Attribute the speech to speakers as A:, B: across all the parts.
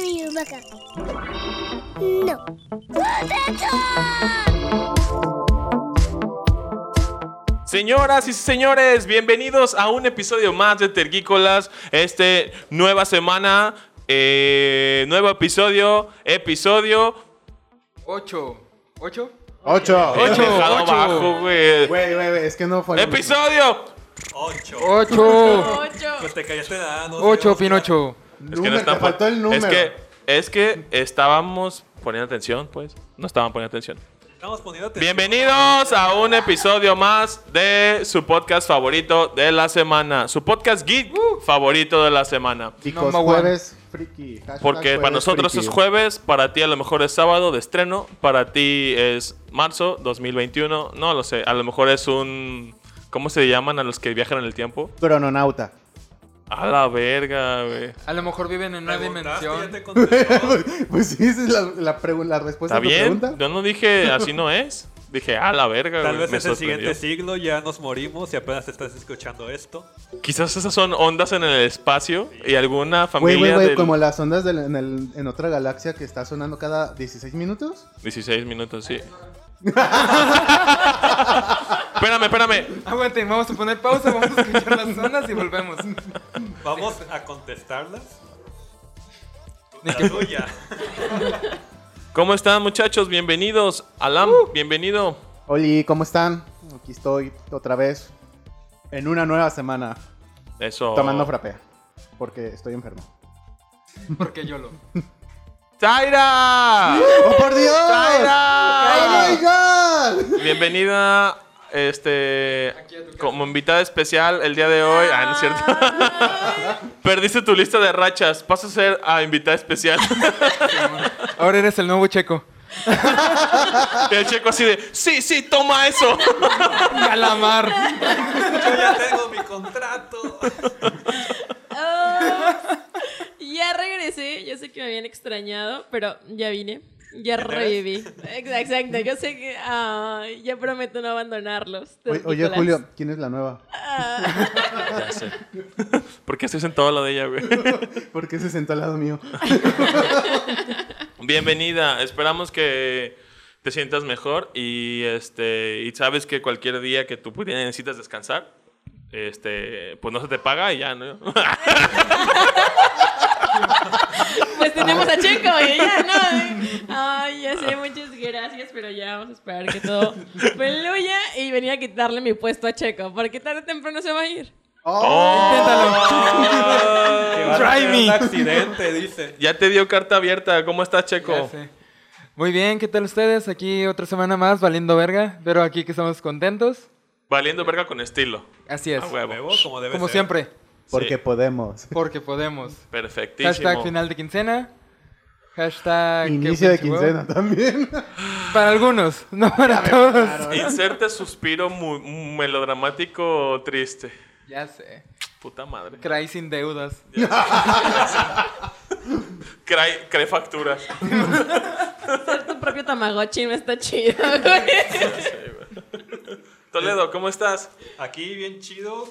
A: mi vaca. No.
B: Señoras y señores, bienvenidos a un episodio más de Tergícolas. Este nueva semana, eh, nuevo episodio, episodio
C: 8. ¿8?
D: 8.
B: He dejado abajo, güey.
D: Güey, güey, güey, es que no fue.
B: Episodio.
C: Oh.
E: 8.
C: 8.
E: Pues te callaste nada, no sé,
C: 8,
E: vos.
C: Pinocho.
B: Es que no
D: te
B: están pon-
D: faltó el número.
B: Es que, es que estábamos poniendo atención, pues. No estaban poniendo atención.
E: Estamos poniendo atención.
B: Bienvenidos a un episodio más de su podcast favorito de la semana. Su podcast geek
D: Uh.
B: favorito de la semana.
D: Chicos,
C: Number one.
D: jueves friki. Hashtag
B: Porque para
D: jueves
B: nosotros
D: friki.
B: es jueves, para ti a lo mejor es sábado de estreno, para ti es marzo 2021, no lo sé, a lo mejor es un... ¿Cómo se llaman a los que viajan en el tiempo?
D: Crononauta.
B: A la verga, güey.
C: A lo mejor viven en una
E: Preguntaste, ya
C: dimensión.
E: te contestó.
D: pues sí, esa es la, la, pregu- la
B: ¿Está
D: respuesta a tu
B: bien?
D: pregunta.
B: Yo no dije así no es. Dije, a la verga,
E: Tal
B: güey.
E: vez
B: Me
E: es el
B: sorprendió.
E: siguiente siglo, ya nos morimos y apenas estás escuchando esto.
B: Quizás esas son ondas en el espacio y alguna
D: Güey,
B: familia
D: güey, güey,
B: del-
D: como las ondas del- en, el- en otra galaxia que está sonando cada 16 minutos.
B: 16 minutos, sí. espérame, espérame.
C: Aguanten, vamos a poner pausa, vamos a escuchar las ondas y volvemos.
E: Vamos a contestarlas. La tuya.
B: ¿Cómo están, muchachos? Bienvenidos. Alam,
D: Uh.
B: bienvenido.
D: Oli, ¿cómo están? Aquí estoy otra vez. En una nueva semana.
B: Eso.
D: Tomando frappé. Porque estoy enfermo.
C: Porque yo lo.
B: ¡Zaira!
D: ¡Oh, por Dios! ¡Oh, my
B: ¡Zaira!
D: God!
B: Bienvenida, este.
C: Aquí a tu casa.
B: Como invitada especial el día de hoy. Ah, no es cierto. Perdiste tu lista de rachas. Vas a ser a invitada especial.
C: Ahora eres el nuevo checo.
B: el checo así de. ¡Sí, sí, toma eso!
C: Calamar.
E: Yo ya tengo mi contrato.
F: Ah, ya regresé, yo sé que me habían extrañado, pero ya vine, ya
E: ves?
F: reviví. Ex- Exacto, yo sé que ah, ya prometo no abandonarlos.
D: Oye, oye,
F: Nicolás.
D: Julio, ¿quién es la nueva?
F: Ah,
B: Ya sé. ¿Por qué estoy sentado a la de ella, güey?
D: ¿Por qué se sentó al lado mío?
B: Bienvenida, esperamos que te sientas mejor y este y sabes que cualquier día que tú pudieras necesitas descansar, este, pues no se te paga y ya, ¿no?
F: pues tenemos a Checo, y ya no. eh. Ay, ya sé, muchas gracias, pero ya vamos a esperar que todo fluya y venir a quitarle mi puesto a Checo, porque tarde o temprano se va a ir.
E: Que va a
C: Try
E: tener
C: me.
E: Un accidente, dice.
B: ya te dio carta abierta, ¿cómo estás, Checo?
C: Muy bien, ¿qué tal ustedes? Aquí otra semana más, valiendo verga, pero aquí que estamos contentos.
B: Valiendo verga con estilo.
C: Así es.
B: A huevo.
E: Huevo, como Ah, debe
C: Como
E: ser.
C: siempre,
D: Porque podemos.
C: porque podemos.
B: Perfectísimo.
C: Hashtag final de quincena. Hashtag. Ah, qué
D: Inicio de
C: pinche huevo.
D: quincena también.
C: Para algunos, no para todos.
B: Inserte suspiro mu- melodramático triste.
C: Ya sé.
B: Puta madre.
C: Cry sin deudas.
B: Cray, cray facturas.
F: Ser tu propio Tamagotchi no está chido, güey.
B: Toledo, ¿cómo estás?
E: Aquí bien chido.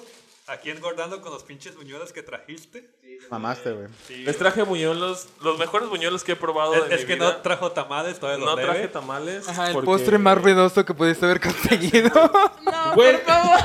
E: Aquí engordando con los pinches buñuelos que trajiste.
D: Mamaste, güey.
E: Sí.
B: Les traje buñuelos, los mejores buñuelos que he probado
E: Es,
B: de
E: es
B: mi
E: que
B: vida.
E: no trajo tamales, todavía
B: No
E: los debe.
B: traje tamales.
C: Ajá, el
B: porque-
C: postre más ruidoso que pudiste haber conseguido.
F: No,
B: Güey.
F: por favor.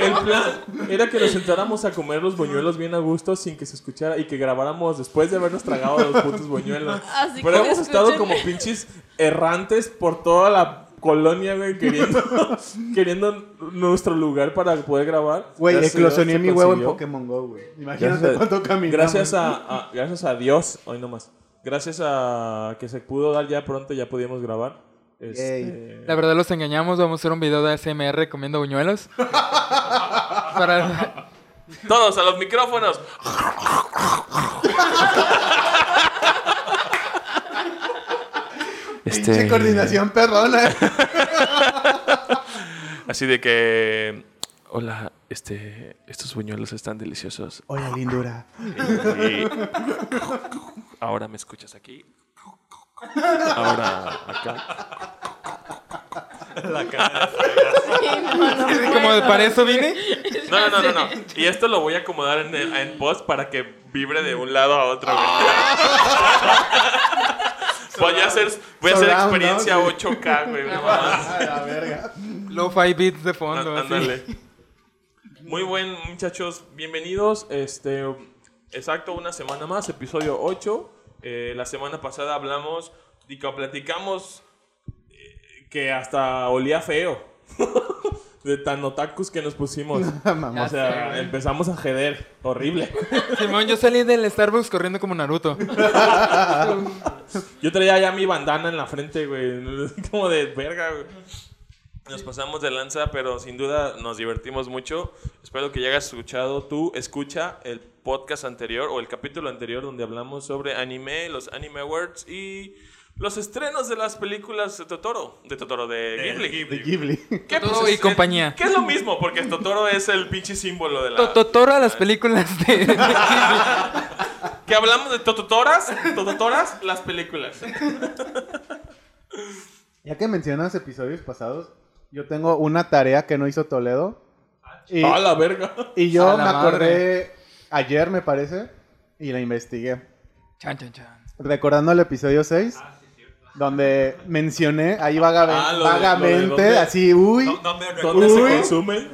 B: El plan era que nos sentáramos a comer los buñuelos bien a gusto sin que se escuchara y que grabáramos después de habernos tragado los putos buñuelos.
F: Así
B: Pero
F: que
B: hemos estado
F: escuchen.
B: como pinches errantes por toda la colonia, güey, queriendo, queriendo nuestro lugar para poder grabar.
D: Güey,
B: Gracias a Dios
D: eclosioné
B: se
D: mi huevo en
B: consiguió.
D: Pokémon Go, güey.
B: Gracias
D: Imagínate
B: a-
D: cuánto caminamos.
B: Gracias a, a- gracias a Dios, hoy nomás. Gracias a que se pudo dar ya pronto, ya podíamos grabar. Este,
C: La verdad, los engañamos. Vamos a hacer un video de ASMR comiendo buñuelos. Para...
B: Todos a los micrófonos. Este,
D: Pinche coordinación perrona.
B: Así de que. Hola, este. Estos buñuelos están deliciosos.
D: Hola, lindura.
B: Y- ahora me escuchas aquí. Ahora acá.
E: La cara.
F: Sí, no, no,
C: Como
F: puedo.
C: para eso vine.
B: No, no, no, no, no. Y esto lo voy a acomodar en, el- en post para que vibre de un lado a otro. güey. voy a hacer, voy a hacer
D: Surround, ¿no?
B: experiencia
D: Sí.
B: 8K, güey. no mames.
D: Ah, la verga.
C: Lo-fi beats de fondo.
B: Á-
C: así.
B: ándale. Muy buen, muchachos. Bienvenidos. Este, exacto, una semana más, episodio 8. Eh, la semana pasada hablamos, digo, platicamos eh, que hasta olía feo. De tan otakus que nos pusimos.
D: Mamá.
B: O sea, empezamos a jeder. Horrible.
C: Simón, yo salí del Starbucks corriendo como Naruto.
B: Yo traía ya mi bandana en la frente, güey. Como de verga, güey. Nos pasamos de lanza, pero sin duda nos divertimos mucho. Espero que ya hayas escuchado tú. Escucha el podcast anterior o el capítulo anterior donde hablamos sobre anime, los Anime Awards y los estrenos de las películas de Totoro. De Totoro, de
E: De
B: Ghibli.
E: Ghibli.
D: De Ghibli.
B: ¿Qué, pues,
C: Totoro y
B: es-
C: compañía.
B: Que es lo mismo, porque Totoro es el pinche símbolo de la...
C: Totoro a las películas de...
B: Que hablamos de Tototoras, Tototoras, las películas.
D: Ya que mencionas episodios pasados, yo tengo una tarea que no hizo Toledo. Y,
B: A Ah, la verga.
D: y yo
C: Ah, A la
D: me acordé ayer, me parece, y la investigué.
C: chan, chan, chan.
D: Recordando el episodio 6, donde mencioné ahí vagamente,
B: Ah, lo de- lo
D: vagamente
B: de dónde-
D: así, uy,
E: No, no me
B: ¿Dónde
E: recuerdo.
D: Uy.
B: se consumen?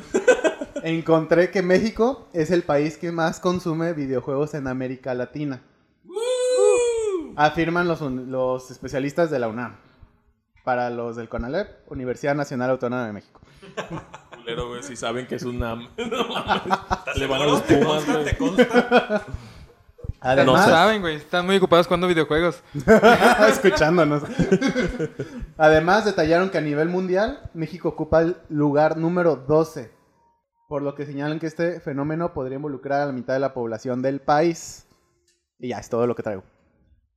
D: encontré que México es el país que más consume videojuegos en América Latina. Afirman los, un- los especialistas de la UNAM. Para los del CONALEP, Universidad Nacional Autónoma de México.
B: culero, güey, si saben que es un NAM. Le
E: Le
B: van
E: van
B: a los
E: ¿Te
B: Pumas,
E: consta?
B: güey.
E: ¿Te consta?
C: No
D: Además,
C: saben, güey. Están muy ocupados jugando videojuegos.
D: escuchándonos. Además, detallaron que a nivel mundial, México ocupa el lugar número 12. Por lo que señalan que este fenómeno podría involucrar a la mitad de la población del país. Y ya es todo lo que traigo.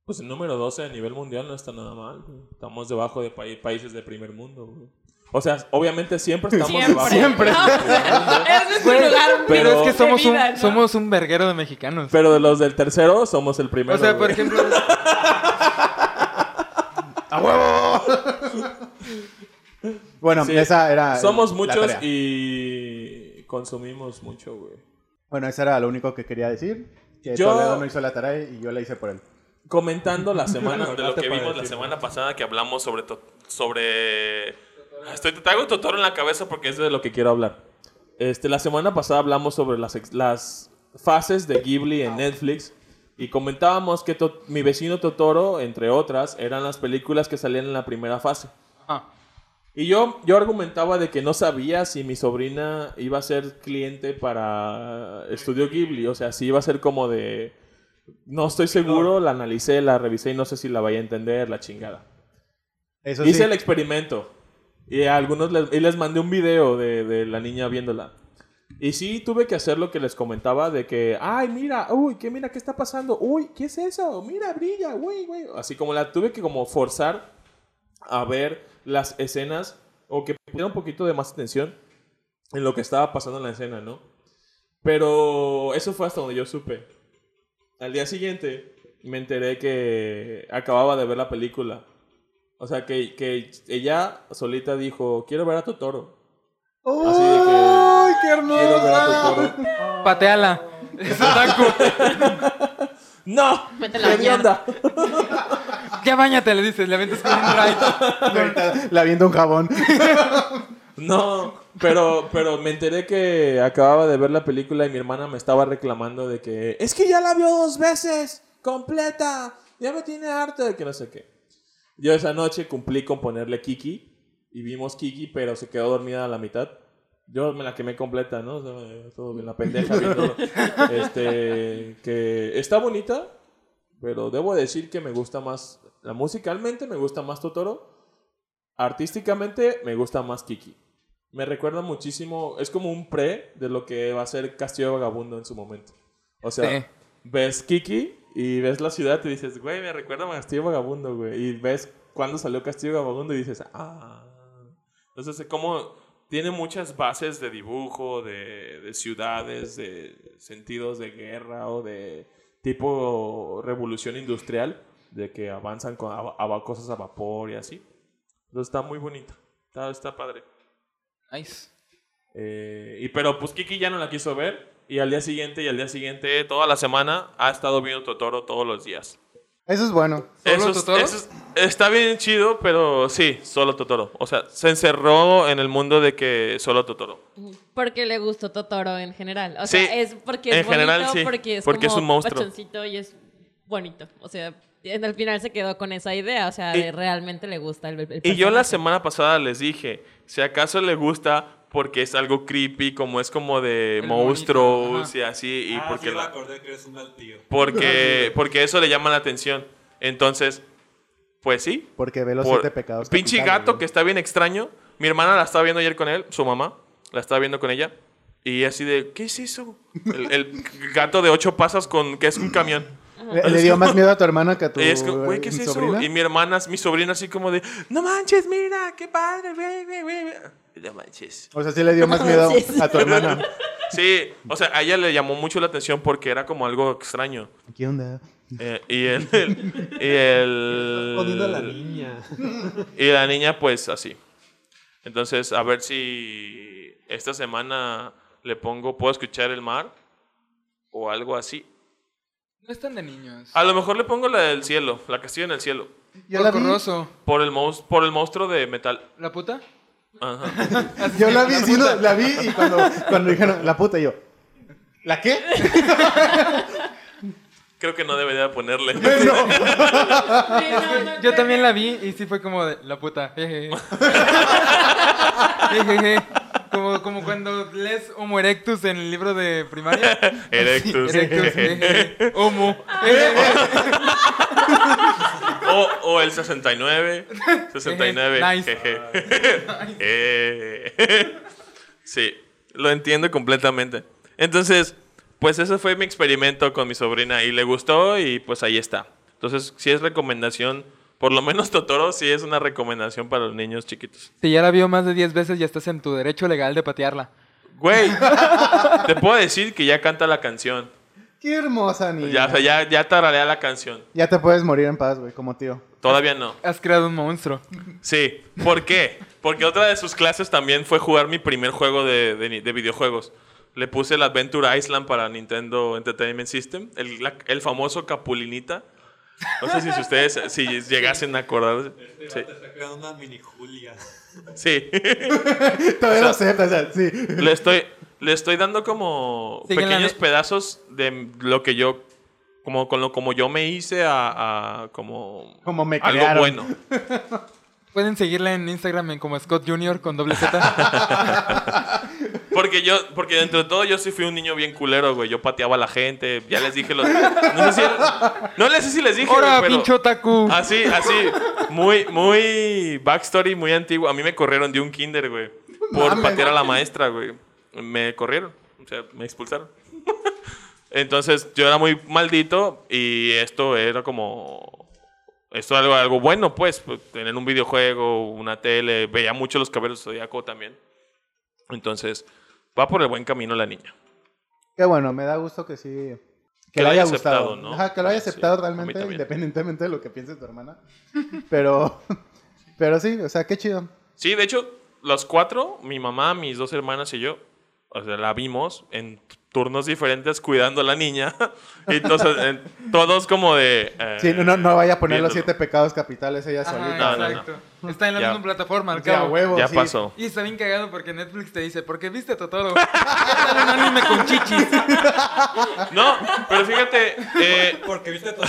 B: Pues el número 12 a nivel mundial no está nada mal. güey. Estamos debajo de pa- países de primer mundo. güey. O sea, obviamente siempre estamos
F: Siempre.
B: debajo.
F: No, o sea, es nuestro lugar
C: Pero es que
F: de
C: somos
F: vida,
C: un,
F: ¿no?
C: somos un verguero de mexicanos.
B: Pero de los del tercero somos el primero.
C: O sea, por
B: güey.
C: ejemplo...
D: Bueno,
B: Sí.
D: esa era. el-
B: Somos
D: la
B: muchos
D: tarea.
B: y consumimos mucho, güey.
D: Bueno, eso era lo único que quería decir. Que
B: Yo-
D: Toledo no hizo la tarea y yo la hice por él.
B: Comentando la semana, de lo
E: Acordaste
B: que
E: para
B: vimos la
E: decir.
B: semana pasada que hablamos sobre... to- sobre... Estoy, te traigo Totoro en la cabeza porque es de lo que quiero hablar. Este, la semana pasada hablamos sobre las, ex- las fases de Ghibli en Netflix y comentábamos que To- mi vecino Totoro, entre otras, eran las películas que salían en la primera fase.
C: Ah,
B: Y yo, yo argumentaba de que no sabía si mi sobrina iba a ser cliente para Estudio Ghibli, o sea, si iba a ser como de... No estoy seguro, la analicé, la revisé y no sé si la vaya a entender, la chingada.
D: Eso
B: Hice
D: sí.
B: el experimento. Y a algunos les, y les mandé un video de, de la niña viéndola. Y sí, tuve que hacer lo que les comentaba de que, ay, mira, uy, que mira, ¿qué está pasando? Uy, ¿qué es eso? Mira, brilla, uy, güey. Así como la tuve que como forzar a ver las escenas o que pusiera un poquito de más atención en lo que estaba pasando en la escena, ¿no? Pero eso fue hasta donde yo supe. Al día siguiente me enteré que acababa de ver la película. O sea, que, que ella solita dijo, quiero ver a Totoro. Así de que,
D: ¡Ay, qué
B: quiero ver a
D: hermoso!
B: Totoro.
C: pateala. Es otaku.
B: ¡No!
F: Vete a la
B: ¡Hedionda!
C: Ya bañate, le dices. Le avientas con un raid.
D: La viendo un jabón.
B: No, pero, pero me enteré que acababa de ver la película y mi hermana me estaba reclamando de que es que ya la vio dos veces, completa, ya me tiene harta, de que no sé qué. Yo esa noche cumplí con ponerle Kiki y vimos Kiki, pero se quedó dormida a la mitad. Yo me la quemé completa, ¿no? O sea, todo bien, la pendeja viéndolo. Este, que está bonita, pero debo decir que me gusta más, la musicalmente me gusta más Totoro. Artísticamente me gusta más Kiki. Me recuerda muchísimo, es como un pre de lo que va a ser Castillo Vagabundo en su momento. O sea,
C: Sí.
B: ves Kiki y ves la ciudad y dices, güey, me recuerda a Castillo Vagabundo, güey. Y ves cuando salió Castillo Vagabundo y dices, ah. Entonces, eh, como tiene muchas bases de dibujo, de, de ciudades, de sentidos de guerra o de tipo revolución industrial, de que avanzan con a- a- cosas a vapor y así. Entonces, está muy bonito. Está, está padre.
C: Nice.
B: Eh, y pero pues Kiki ya no la quiso ver. Y al día siguiente, y al día siguiente, toda la semana ha estado viendo Totoro todos los días.
D: Eso es bueno.
C: ¿Solo
B: Eso es-
C: Totoro?
B: eso es- está bien chido, pero sí, solo Totoro. O sea, se encerró en el mundo de que solo Totoro.
F: Porque le gustó Totoro en general. O
B: Sí,
F: sea, es porque es
B: en general
F: bonito,
B: sí,
F: porque es
B: porque es
F: como
B: un monstruo.
F: pachoncito y es bonito. O sea, en el final se quedó con esa idea, o sea,
B: Y-
F: de realmente le gusta el, el
B: Y yo la
F: personaje.
B: semana pasada les dije, si acaso le gusta porque es algo creepy, como es como de
C: El
B: monstruos
C: monito,
B: y así, y
E: ah,
B: porque,
E: sí, me
B: la-
E: acordé que eres un mal tío.
B: porque, porque eso le llama la atención. Entonces, pues sí.
D: Porque ve los
B: por-
D: siete pecados.
B: pinche
D: capitales,
B: gato
D: ¿no?
B: que está bien extraño. Mi hermana la estaba viendo ayer con él, su mamá, la estaba viendo con ella. Y así de, ¿qué es eso? El, el gato de ocho pasas con, que es un camión.
D: Le, le dio más miedo a tu hermana que a tu
B: Y es que, güey, ¿qué
D: eh,
B: es eso?
D: sobrina.
B: Y mi hermana, mi sobrina así como de, no manches, mira, qué padre, güey, güey, güey. güey". No manches.
D: O sea, sí le dio más miedo
F: Sí, sí.
D: a tu hermana.
B: Sí, o sea, a ella le llamó mucho la atención porque era como algo extraño.
D: ¿Qué onda?
B: Eh, y el... y el
G: Jodiendo a la niña.
B: Y la niña, pues así. Entonces, a ver si esta semana le pongo, puedo escuchar el mar o algo así.
C: No están de niños.
B: A lo mejor le pongo la del cielo, la castillo en el cielo,
D: Yo la vi.
C: Corroso.
B: por el, mous- por el monstruo de metal.
C: ¿La puta? Ah,
B: Ajá.
D: Yo la vi, sí, no, la vi y cuando, cuando dijeron la puta, yo. ¿La qué?
B: Creo que no debería ponerle.
F: Sí, no, no, creo
C: Yo
F: que-
C: también la vi y sí fue como de la puta. jejeje. Jejeje. Como, como cuando lees Homo erectus en el libro de primaria.
B: Erectus.
C: Sí, erectus, jejeje. Homo. jejeje.
B: o, o el 69. 69.
C: Nice.
B: jeje. Eh. sí, lo entiendo completamente. Entonces, pues ese fue mi experimento con mi sobrina y le gustó y pues ahí está. Entonces, si es recomendación, por lo menos Totoro sí es una recomendación para los niños chiquitos.
C: Si ya la vio más de 10 veces, ya estás en tu derecho legal de patearla.
B: Güey, te puedo decir que ya canta la canción.
D: Qué hermosa niña.
B: Ya, o sea, ya, ya tararea la canción.
D: Ya te puedes morir en paz, güey, como tío.
B: Todavía no.
C: Has creado un monstruo.
B: Sí, ¿por qué? Porque otra de sus clases también fue jugar mi primer juego de, de ni- de videojuegos. Le puse el Adventure Island para Nintendo Entertainment System, el, la- el famoso Capulinita. No sé si ustedes si llegasen a acordarse. Sí.
E: Te está creando una mini Julia.
B: sí.
D: Todavía lo aceptas, o sea, sí.
B: le, estoy, le estoy dando como
C: Sigue la
B: pequeños
C: de-
B: pedazos de lo que yo, como, con lo, como yo me hice a, a como,
D: Como me
B: algo
D: crearon.
B: bueno.
C: Pueden seguirla en Instagram en como Scott Junior con doble Z.
B: Porque yo, porque dentro de todo yo sí fui un niño bien culero, güey. Yo pateaba a la gente, ya les dije los... No sé si, no les sé si les dije,
C: ¡Hora,
B: güey, pero-
C: pincho taku!
B: Así, así, ah, muy, muy backstory, muy antiguo. A mí me corrieron de un kinder, güey, por patear a la maestra, güey. Me corrieron, o sea, me expulsaron. Entonces yo era muy maldito y esto era como... Esto era algo, algo bueno, pues, pues, tener un videojuego, una tele, veía mucho los cabellos de Zodíaco también. Entonces, va por el buen camino la niña.
D: Qué bueno, me da gusto que sí. Que,
B: Que
D: lo
B: lo
D: haya,
B: haya
D: gustado.
B: aceptado, ¿no?
D: Ajá, que lo haya
B: Sí,
D: aceptado
B: a mí
D: realmente,
B: también.
D: independientemente de lo que piense tu hermana. Pero, pero sí, o sea, qué chido.
B: Sí, de hecho, los cuatro, mi mamá, mis dos hermanas y yo, o sea, la vimos en turnos diferentes cuidando a la niña. Y entonces, eh, todos como de... eh,
D: Sí, no, no, no vaya a poner los
B: viéndolo.
D: siete pecados capitales ella solita.
B: No,
C: Ajá,
B: no, no.
C: exacto. Está en la
B: Ya.
C: misma plataforma, al
D: O sea,
C: cabo.
D: huevo,
B: Ya
D: sí.
B: pasó.
C: Y está bien cagado porque Netflix te dice, porque viste a Totoro. Sale un anime con chichis.
B: No, pero fíjate... eh,
E: Porque viste todo,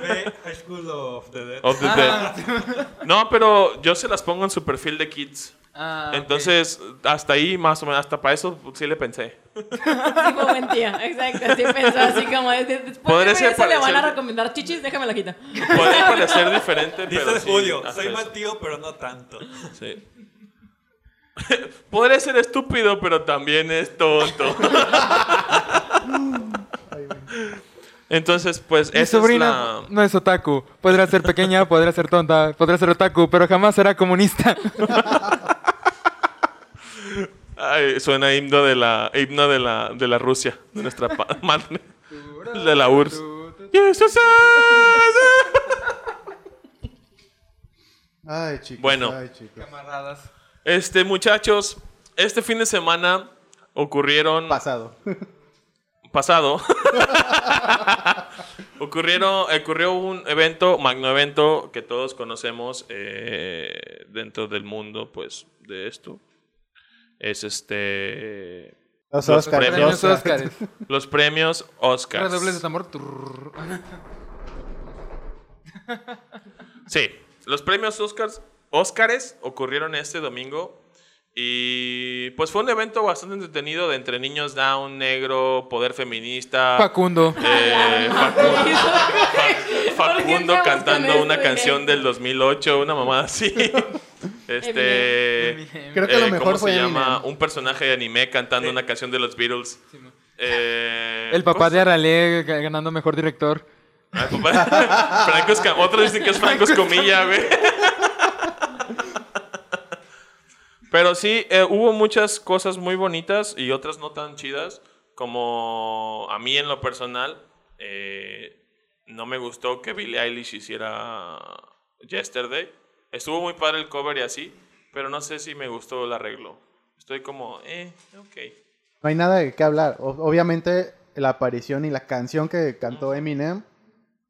E: ve High School of the Dead.
B: of the
C: Ah,
B: dead. No, pero yo se las pongo en su perfil de kids.
C: Ah, ok.
B: Entonces, hasta ahí, más o menos, hasta para eso sí le pensé.
F: Sí, fue buen tío, exacto. Sí pensó así como, de- de- después
B: Podría
F: de
B: ser
F: eso le van a
B: parecer-
F: recomendar chichis, déjame la quita.
B: Puede parecer diferente, pero...
E: Dice
B: sí,
E: Julio,
B: hasta
E: soy
B: eso.
E: mal tío, pero no tanto.
B: Sí. Podría ser estúpido, pero también es tonto. Entonces, pues
C: Mi
B: esa
C: sobrina
B: es la...
C: no es otaku. Podrá ser pequeña, podrá ser tonta, podrá ser otaku, pero jamás será comunista.
B: Ay, suena himno de la himno de la, de la Rusia, de nuestra pa- madre, de la URSS.
D: Ay, chicos.
B: Bueno.
D: Ay, chicos.
C: Camaradas.
B: Este, muchachos, este fin de semana ocurrieron.
D: Pasado.
B: pasado. ocurrieron, ocurrió un evento, magno evento, que todos conocemos eh, dentro del mundo, pues, de esto. Es este.
D: Los
B: Los
D: Oscars.
B: premios. Los
C: Premios Óscares.
D: los Oscars.
B: premios Oscars.
C: Redobles de tambor. Turr.
B: Ah. Sí, los premios Oscars, Oscars ocurrieron este domingo y pues fue un evento bastante entretenido de entre niños down, negro, poder feminista.
C: Facundo.
B: eh, Facu- Facundo
F: estamos
B: cantando
F: con este.
B: una
F: esto,
B: canción
F: güey?
B: del 2008, una mamada así. Este,
C: Eminem.
D: Creo que lo
B: eh,
D: mejor
B: ¿Cómo
D: fue
B: se llama?
D: Eminem.
B: Un personaje de anime cantando una canción de los Beatles. Eh,
C: El papá
B: ¿cómo
C: de Arale ga- ganando mejor director.
B: Ah, papá. Franco Esca- Otros dicen que es Franco Escamilla, güey. Pero sí, eh, hubo muchas cosas muy bonitas y otras no tan chidas. Como a mí en lo personal, eh, no me gustó que Billie Eilish hiciera Yesterday. Estuvo muy padre el cover y así, pero no sé si me gustó el arreglo. Estoy como, eh, ok.
D: No hay nada de qué hablar. O- obviamente, la aparición y la canción que cantó Eminem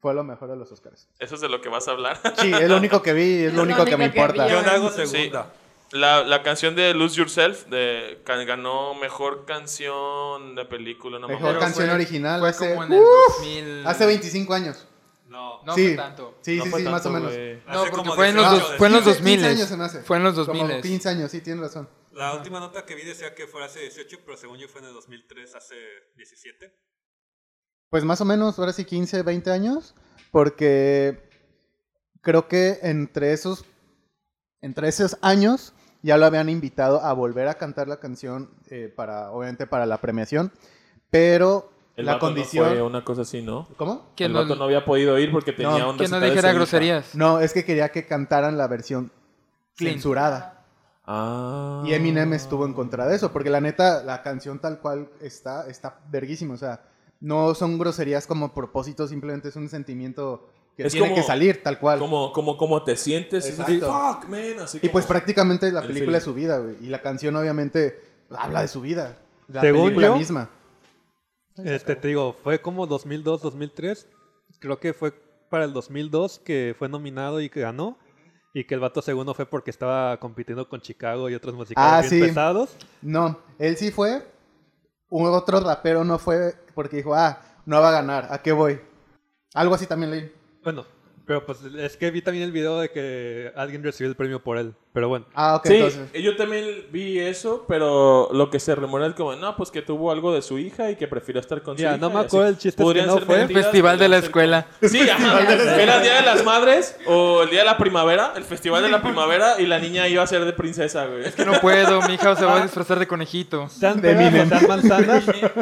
D: fue lo mejor de los Oscars.
B: Eso es de lo que vas a hablar.
D: Sí, es lo único que vi, es lo único que me
F: único que vi,
D: importa.
E: Yo no hago
B: Sí.
E: segunda.
B: La, la canción de Lose Yourself de, can- ganó mejor canción de película. Una
D: Mejor
B: mamada.
D: canción
C: fue-
D: original
C: Fue
D: hace-
C: como en el
D: ¡Uf!
C: 2000.
D: Hace 25 años.
E: No.
C: No
D: sí.
C: fue tanto.
D: Sí,
B: No
D: sí,
B: fue
D: sí,
B: tanto,
D: más o menos.
B: güey.
E: Hace
C: No, porque
E: como
C: fue en los,
E: 18
C: dos, fue en los
D: Quince-
C: 2000.
D: quince años se me hace.
C: Fue en los
D: Como
C: 2000.
D: 15 años, sí, tienes razón.
E: La última nota que vi decía que fue hace 18, pero según yo fue en el 2003, hace 17.
D: Pues más o menos, ahora sí 15, 20 años, porque creo que entre esos, entre esos años ya lo habían invitado a volver a cantar la canción eh, para, obviamente para la premiación, pero
H: El
D: la
H: vato no
D: condición,
H: fue una cosa así, ¿no?
D: ¿cómo?
C: Que
H: el
C: no,
H: vato no había podido ir porque tenía
D: No,
H: un
C: que no
H: recital de
C: dijera
H: Sevilla.
C: groserías.
D: No, es que quería que cantaran la versión
C: Clean.
D: censurada
H: Ah.
D: y Eminem estuvo en contra de eso, porque la neta la canción tal cual está está verguísima, o sea, no son groserías como propósito, simplemente es un sentimiento que
H: Es
D: tiene que
H: como-
D: salir tal cual.
H: Como, como, como te sientes.
D: Exacto.
H: Y, Fuck, man. Así
D: Y pues
H: como-
D: prácticamente la
H: El
D: película
H: feeling.
D: es su vida, güey. Y la canción obviamente habla de su vida. La
E: Según
D: película
E: yo-
D: misma.
E: Este, te digo, fue como 2002, 2003. Creo que fue para el 2002 que fue nominado y que ganó. Y que el vato segundo fue porque estaba compitiendo con Chicago y otros musicales
D: Ah,
E: bien
D: sí.
E: pesados.
D: No, él sí fue. Un otro rapero no fue porque dijo, ah, no va a ganar, ¿a qué voy? Algo así también leí.
E: Bueno, pero pues es que vi también el video de que alguien recibió el premio por él. Pero bueno,
D: Ah, ok,
H: Sí,
D: entonces.
H: yo también vi eso, pero lo que se rumora es como, no, pues que tuvo algo de su hija y que prefirió estar con
E: Ya,
H: su hija.
E: no me
H: y así.
E: acuerdo, el chiste es que
H: Podrían
E: no
H: ser
E: fue.
H: mentiras,
C: Festival de la
H: podrían ser
C: escuela.
H: Sí, ajá. Era el día de las madres o el día de la primavera, el festival de la primavera y la niña iba a ser de princesa, güey.
C: Que no puedo, mi hija se
H: Ah.
C: va a disfrazar de conejito.
E: San
D: De
E: Pedro,
D: Eminem.
E: San Manzana,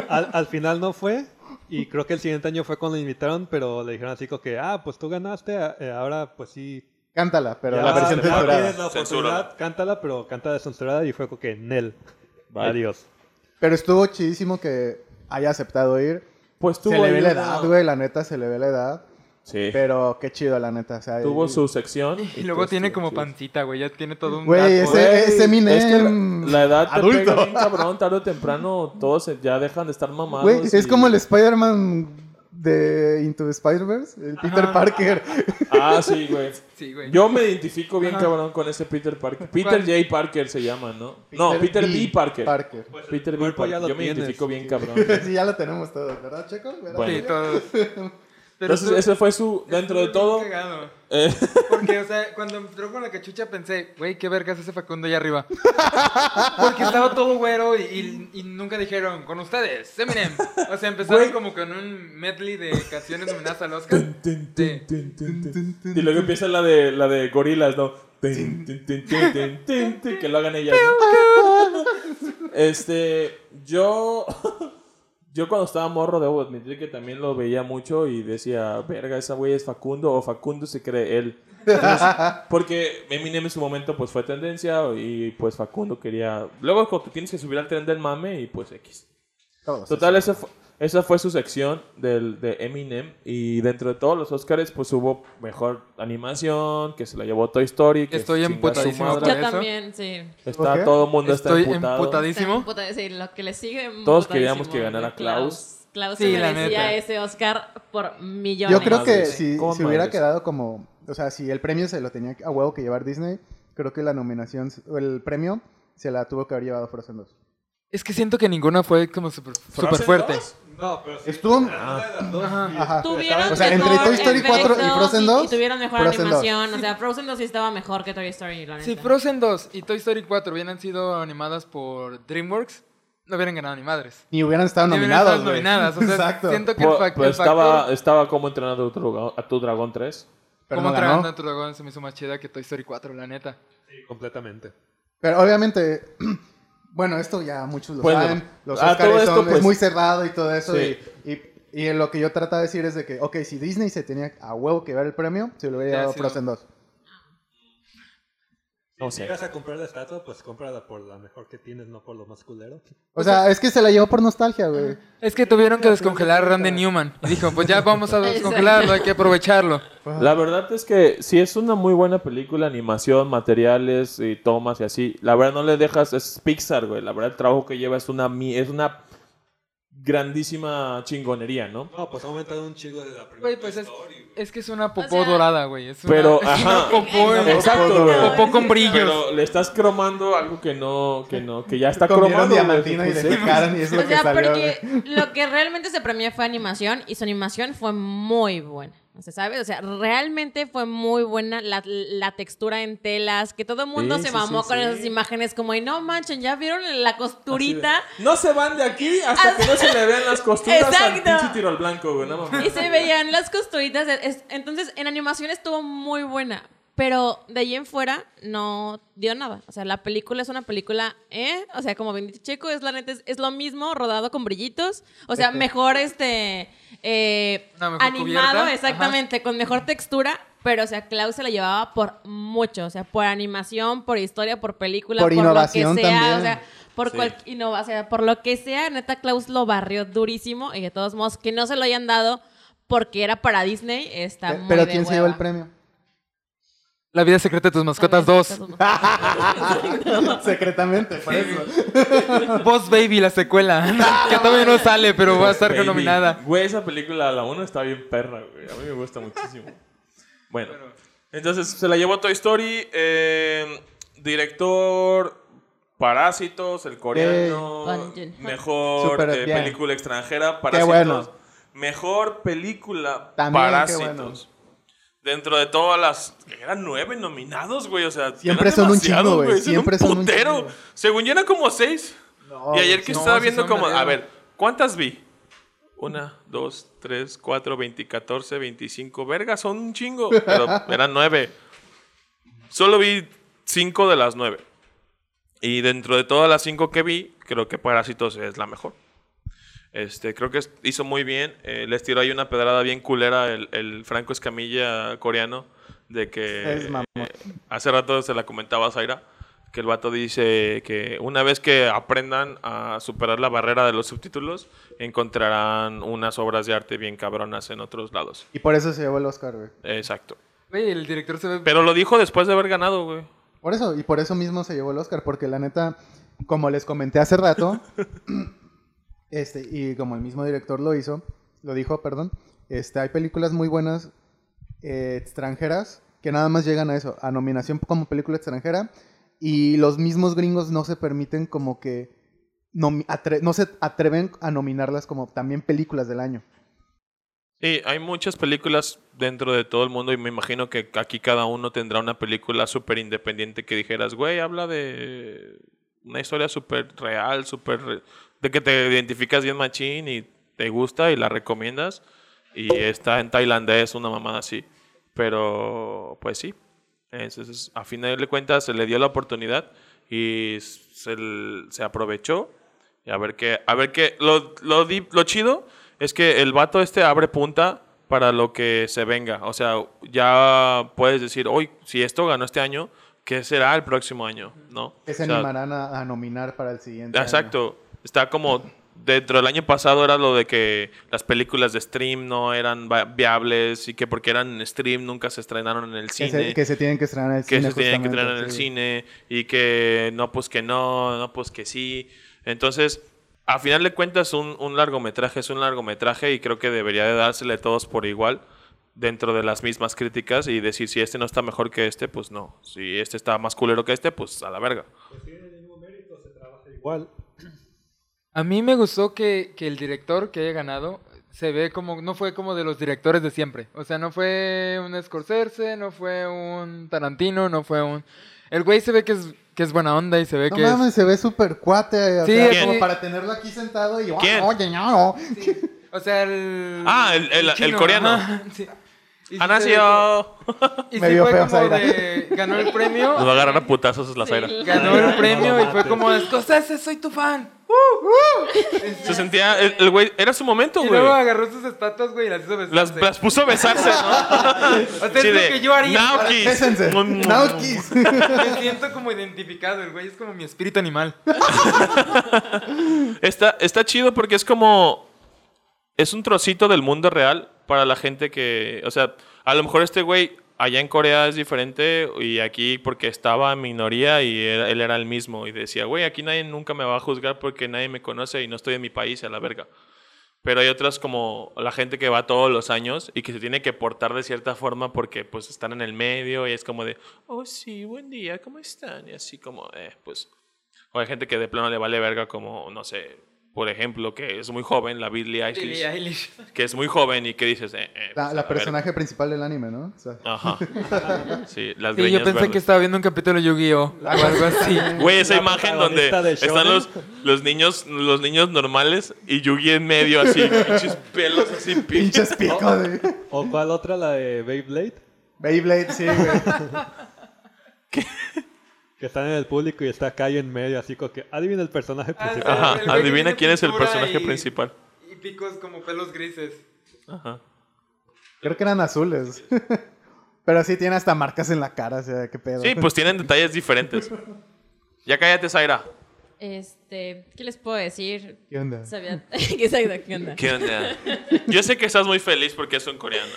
E: al, al final no fue. Y creo que el siguiente año fue cuando lo invitaron, pero le dijeron así como que, ah, pues tú ganaste, a- eh, ahora pues sí.
D: Cántala, pero
E: ya
D: la
E: vas-
D: versión
H: Ah,
E: ya tienes
D: censurada.
E: la
B: Censura.
E: oportunidad, Cántala, pero cántala censurada y fue como que, Nel,
H: Bye.
E: adiós.
D: Pero estuvo chidísimo que haya aceptado ir.
H: Pues tuvo
D: se le
H: ahí
D: ve la
H: una-
D: edad, güey, la neta, se le ve la edad.
H: Sí.
D: Pero qué chido, la neta. O sea,
H: Tuvo
D: y-
H: su sección.
C: Y luego
H: pues,
C: tiene
H: sí,
C: como
H: sí.
C: pancita, güey. Ya tiene todo un.
D: Güey,
C: gato.
D: ese-
H: Güey,
D: es Eminem
H: Es que la, la edad te
D: adulto.
H: pega bien cabrón, tarde o temprano todos se- ya dejan de estar mamados.
D: Güey, es
H: y-
D: como el Spider-Man de Into the Spider-Verse, el Peter Parker.
H: Ah, sí, güey.
C: Sí, güey.
H: Yo me identifico bien
C: Ajá.
H: cabrón con ese Peter Parker. Peter
C: ¿Cuál?
H: J. Parker se llama, ¿no? no, Peter B. Parker. Peter B.
E: cuerpo ya
H: Parker.
E: lo
H: Yo me
E: tienes.
H: identifico bien cabrón.
D: sí, ya lo tenemos todos, ¿verdad, Checo? ¿Verdad,
H: Bueno.
C: Sí,
D: Checo?
C: todos. Pero
H: Entonces,
C: estuvo-
H: ese fue su. Dentro de
C: estuvo
H: todo.
C: bien cagado.
H: eh,
C: Porque, o sea, cuando entró con la cachucha pensé, güey, qué vergas ese Facundo allá arriba. Porque estaba todo güero y, y- y nunca dijeron, con ustedes, Eminem. O sea, empezaron
H: Güey.
C: como con un medley de canciones nominadas al Oscar. Sí.
H: y luego empieza la de, la de gorilas, ¿no? Tin, tin, tin, tin, tin, tin, tin, que lo hagan ellas. ¿no? Este, yo. Yo cuando estaba morro, debo admitir que también lo veía mucho y decía, verga, esa güey es Facundo o Facundo se cree él. Entonces, porque Eminem en su momento pues fue tendencia y pues Facundo quería... Luego cuando te tienes que subir al tren del mame y pues X.
D: Todos.
H: Total, ese fue, Esa fue su sección del, de Eminem. Y dentro de todos los Oscars, pues hubo mejor animación, que se la llevó Toy Story. Que
C: Estoy
H: chinga su
C: emputadísimo
H: madre.
C: ¿Por
F: Yo
C: eso?
F: también, sí.
H: Está
D: ¿Por qué?
H: todo el mundo
C: Estoy
H: está emputado.
F: También,
C: emputadísimo.
F: puta, sí, lo que le sigue.
H: Todos
F: putadísimo,
H: queríamos que ganara Klaus.
F: Klaus, Klaus
C: Sí,
F: se
C: la neta.
F: merecía ese Oscar por millones.
D: Yo creo que
H: Madres,
D: si,
H: con
D: si hubiera
H: madres.
D: quedado como, o sea, si el premio se lo tenía a huevo que llevar Disney, creo que la nominación, o el premio se la tuvo que haber llevado Frozen 2.
C: Es que siento que ninguna fue como súper súper
H: ¿Frozen
C: fuerte.
H: dos?
E: No, pero sí.
D: Estuvo...
C: Ah. Ajá.
D: Ajá.
F: Tuvieron
D: O sea, entre
F: mejor
D: Toy Story 4 y
F: efectos
D: Frozen
F: y-
D: 2,
F: Y tuvieron mejor
D: Frozen 2.
F: animación. O sea, Frozen 2 sí estaba mejor que Toy Story, la neta.
C: Si Frozen 2 y Toy Story 4 hubieran sido animadas por DreamWorks, no hubieran ganado ni madres.
D: Ni hubieran estado
C: Ni hubieran
D: nominados.
C: estado
D: güey.
C: nominadas. O sea,
D: Exacto.
C: siento que el,
H: Pues,
C: fac-
H: pues
C: el factor
H: estaba, estaba como entrenando a tu, drago- a tu dragón 3.
D: Pero
C: como
D: no ganó.
C: Entrenando a tu dragón se me hizo más chida que Toy Story 4, la neta.
E: completamente.
D: Pero obviamente, bueno, esto ya muchos lo
H: Bueno,
D: saben. Los
H: a
D: Oscars
H: todo esto,
D: son- es
H: pues-
D: muy cerrado y todo eso.
H: Sí.
D: Y, y- y lo que yo trato de decir es de que, ok, si Disney se tenía a huevo que ver el premio, se lo hubiera
C: Ya,
D: llevado
C: sí,
D: Frozen 2.
H: No
E: si
H: sé.
E: llegas a comprar la estatua, pues cómprala por la mejor que tienes, no por lo más culero.
D: O sea, es que se la llevó por nostalgia, güey.
C: Es que tuvieron que descongelar a Randy Newman. Y dijo, pues ya vamos a descongelarlo, hay que aprovecharlo.
H: La verdad es que sí es una muy buena película, animación, materiales y tomas y así. La verdad no le dejas, es Pixar, güey. La verdad el trabajo que lleva es una, mi- es una grandísima chingonería, ¿no?
E: No, pues ha aumentado un chingo de la primera
C: Güey, pues es,
E: Story, güey.
C: es que es una popó
F: O sea,
C: dorada, güey. Es una,
H: Pero,
C: es una
H: ajá.
C: popó,
F: Exacto.
H: Exacto, güey.
C: popó con brillos.
H: Pero le estás cromando algo que no, que no, que ya está
D: Comieron
H: cromado. güey.
D: diamantina y
H: Pues
D: le
H: sí.
D: picaron y es lo
F: O
D: que
F: sea,
D: salió,
F: porque
D: güey.
F: lo que realmente se premió fue animación y su animación fue muy buena. O sea, ¿sabes? O sea, realmente fue muy buena la, la textura en telas, que todo el mundo
H: Sí,
F: se
H: sí,
F: mamó
H: sí,
F: con
H: sí.
F: esas imágenes como, y no manchen, ya vieron la
H: Así de,
F: costurita.
H: No se van de aquí hasta que no se le vean las costuras al
F: Exacto.
H: pinche tiro al blanco, güey. No mames.
F: Y se veían las costuritas. de- es- Entonces, en animación estuvo muy buena. Pero de ahí en fuera no dio nada. O sea, la película es una película, ¿eh? O sea, como bien dicho Checo, es la neta, es, es lo mismo, rodado con brillitos. O sea, mejor este eh,
C: Una mejor
F: animado,
C: cubierta,
F: exactamente, con mejor textura. Pero, o sea, Klaus se la llevaba por mucho. O sea, por animación, por historia, por película,
D: Por
F: por,
D: innovación
F: lo que sea.
D: también.
F: O sea, por
H: Sí.
F: cual- y no, o sea, por lo que sea, neta Klaus lo barrió durísimo y de todos modos que no se lo hayan dado porque era para Disney está
D: Pe-
F: muy
D: Eh, Pero
F: de
D: ¿quién se llevó el
F: hueva.
D: premio?
C: La vida secreta de tus mascotas 2.
D: Secretamente, por eso.
C: Boss Baby, la secuela. que todavía no sale, pero va a estar
H: Baby.
C: nominada.
H: Güey, esa película, la 1 está bien perra, güey. A mí me gusta muchísimo. Bueno, entonces se la llevó Toy Story, eh, director Parásitos, el coreano,
F: Bong Joon-ho.
H: mejor
D: Súper
H: eh,
D: bien.
H: película extranjera,
D: Qué
H: Parásitos.
D: bueno.
H: Mejor película,
D: También, qué
H: Parásitos.
D: bueno.
H: Dentro de todas las. Eran nueve nominados, güey. O sea,
D: Siempre
H: eran
D: son un
H: demasiados,
D: chingo, güey,
H: son
D: siempre son un
H: putero.
D: chingo.
H: Según yo eran como seis.
D: No,
B: Y ayer que
C: No,
B: estaba
C: sí
B: viendo
C: son
B: como, a
C: verdaderos.
B: ver, ¿cuántas vi? Una, dos, tres, cuatro, veinte, catorce, veinticinco. Verga, son un chingo. Pero eran nueve. Solo vi cinco de las nueve. Y dentro de todas las cinco que vi, creo que Parásitos es la mejor. Este, creo que es- hizo muy bien. Eh, les tiró ahí una pedrada bien culera el, el Franco Escamilla coreano. De que
D: Es mamón.
B: Hace rato se la comentaba a Zaira, que el vato dice que una vez que aprendan a superar la barrera de los subtítulos, encontrarán unas obras de arte bien cabronas en otros lados.
D: Y por eso se llevó el Oscar, güey.
B: Exacto.
C: Güey, el director se ve
B: Pero lo dijo después de haber ganado, güey.
D: Por eso, y por eso mismo se llevó el Oscar, porque la neta, como les comenté hace rato, este, y como el mismo director lo hizo, lo dijo, perdón, este, hay películas muy buenas eh, extranjeras que nada más llegan a eso, a nominación como película extranjera, y los mismos gringos no se permiten como que nomi- atre- no se atreven a nominarlas como también películas del año.
B: Sí, hay muchas películas dentro de todo el mundo y me imagino que aquí cada uno tendrá una película súper independiente que dijeras, güey, habla de una historia súper real, súper... re- de que te identificas bien machín y te gusta y la recomiendas. Y está en tailandés, una mamada así. Pero, pues sí. Entonces, a final de cuentas, se le dio la oportunidad y se, l- se aprovechó. Y a ver qué. A ver qué. Lo, lo, di- lo chido es que el vato este abre punta para lo que se venga. O sea, ya puedes decir, hoy, si esto ganó este año, ¿qué será el próximo año? ¿No?
D: Que se
B: O sea,
D: animarán a, a nominar para el siguiente. año.
B: Exacto. Está como dentro del año pasado era lo de que las películas de stream no eran va- viables y que porque eran en stream nunca se estrenaron en el
D: Que
B: cine
D: se, que se tienen que estrenar en el
B: que
D: cine.
B: se tenían que
D: justamente,
B: traer en el
D: sí.
B: cine y que no, pues que no, no, pues que sí. Entonces, a final de cuentas, un, un largometraje es un largometraje y creo que debería de dársele a todos por igual dentro de las mismas críticas y decir si este no está mejor que este, pues no. Si este está más culero que este, pues a la verga.
E: Igual.
C: A mí me gustó que, que el director que haya ganado se ve como, no fue como de los directores de siempre. O sea, no fue un Scorsese, no fue un Tarantino, no fue un... El güey se ve que es, que es buena onda y se ve
D: No
C: que
D: mames, se ve súper cuate. o
C: Sí,
D: sea,
B: ¿Quién?
D: como para tenerlo aquí sentado y.
B: ¿Quién?
D: "Ah, oye, no".
C: es... O sea, el...
B: Ah, el- el- el coreano.
C: ajá, sí. Y sí se ve como-
B: Anasio
C: Y
D: Me
C: sí
D: vio
C: fue
D: feo,
C: como
D: Zaira.
C: de- Ganó el premio.
B: Nos va a agarrar a putazos la cera.
C: Ganó el premio y
E: mates.
C: fue como, Scorsese, soy tu fan.
D: Uh,
B: Se sentía, el el güey, era su momento,
C: Y
B: güey.
C: luego agarró sus estatuas, güey, y las hizo besarse.
B: Las, las puso a besarse, ¿no?
C: O sea, Pues es
B: Sí,
C: lo
B: de,
C: que yo haría.
B: "Now kiss".
D: Bésense.
B: Mm, mm,
D: Now kiss.
C: Me siento como identificado, el güey es como mi espíritu animal.
B: Está, está chido porque es como. Es un trocito del mundo real para la gente que. O sea, a lo mejor este güey allá en Corea es diferente y aquí porque estaba en minoría y era- él era el mismo. Y decía, güey, aquí nadie nunca me va a juzgar porque nadie me conoce y no estoy en mi país, a la verga. Pero hay otras como la gente que va todos los años y que se tiene que portar de cierta forma porque pues están en el medio y es como de, oh sí, buen día, ¿cómo están? Y así como, eh, pues o hay gente que de plano le vale verga, como, no sé, por ejemplo, que es muy joven, la Billie Eilish,
C: Billie Eilish.
B: que es muy joven y que dices, eh, eh, pues,
D: La,
B: a
D: la
B: verga.
D: personaje principal del anime, ¿no? O sea,
B: Ajá. Sí, las
C: Sí,
B: greñas
C: yo pensé que
B: verdes.
C: estaba viendo un capítulo de Yu-Gi-Oh! o algo así.
B: Ah, Güey, esa
E: la
B: imagen donde
E: protagonista de
B: están
E: Shonen.
B: los, los niños los niños normales y Yugi en medio, así, pinches pelos, así, pinches.
D: pinches picos de.
E: ¿O cuál otra? La de Beyblade.
D: Beyblade, sí, güey.
E: Que están en el público y está acá y en medio, así como que adivina el personaje
C: Ah, sí.
E: principal.
B: Ajá,
C: El güey que
B: adivina
C: tiene
B: quién es el
C: pintura
B: personaje
C: y-
B: principal.
C: Y picos como pelos grises.
B: Ajá.
D: Creo que eran azules. Pero sí tiene hasta marcas en la cara, o sea, qué pedo.
B: Sí, pues tienen detalles diferentes. Ya cállate, Zaira.
F: Este, ¿qué les puedo decir?
D: ¿Qué onda?
F: Sabía que esa ¿qué onda?
B: ¿Qué onda? Yo sé que estás muy feliz porque es un coreano.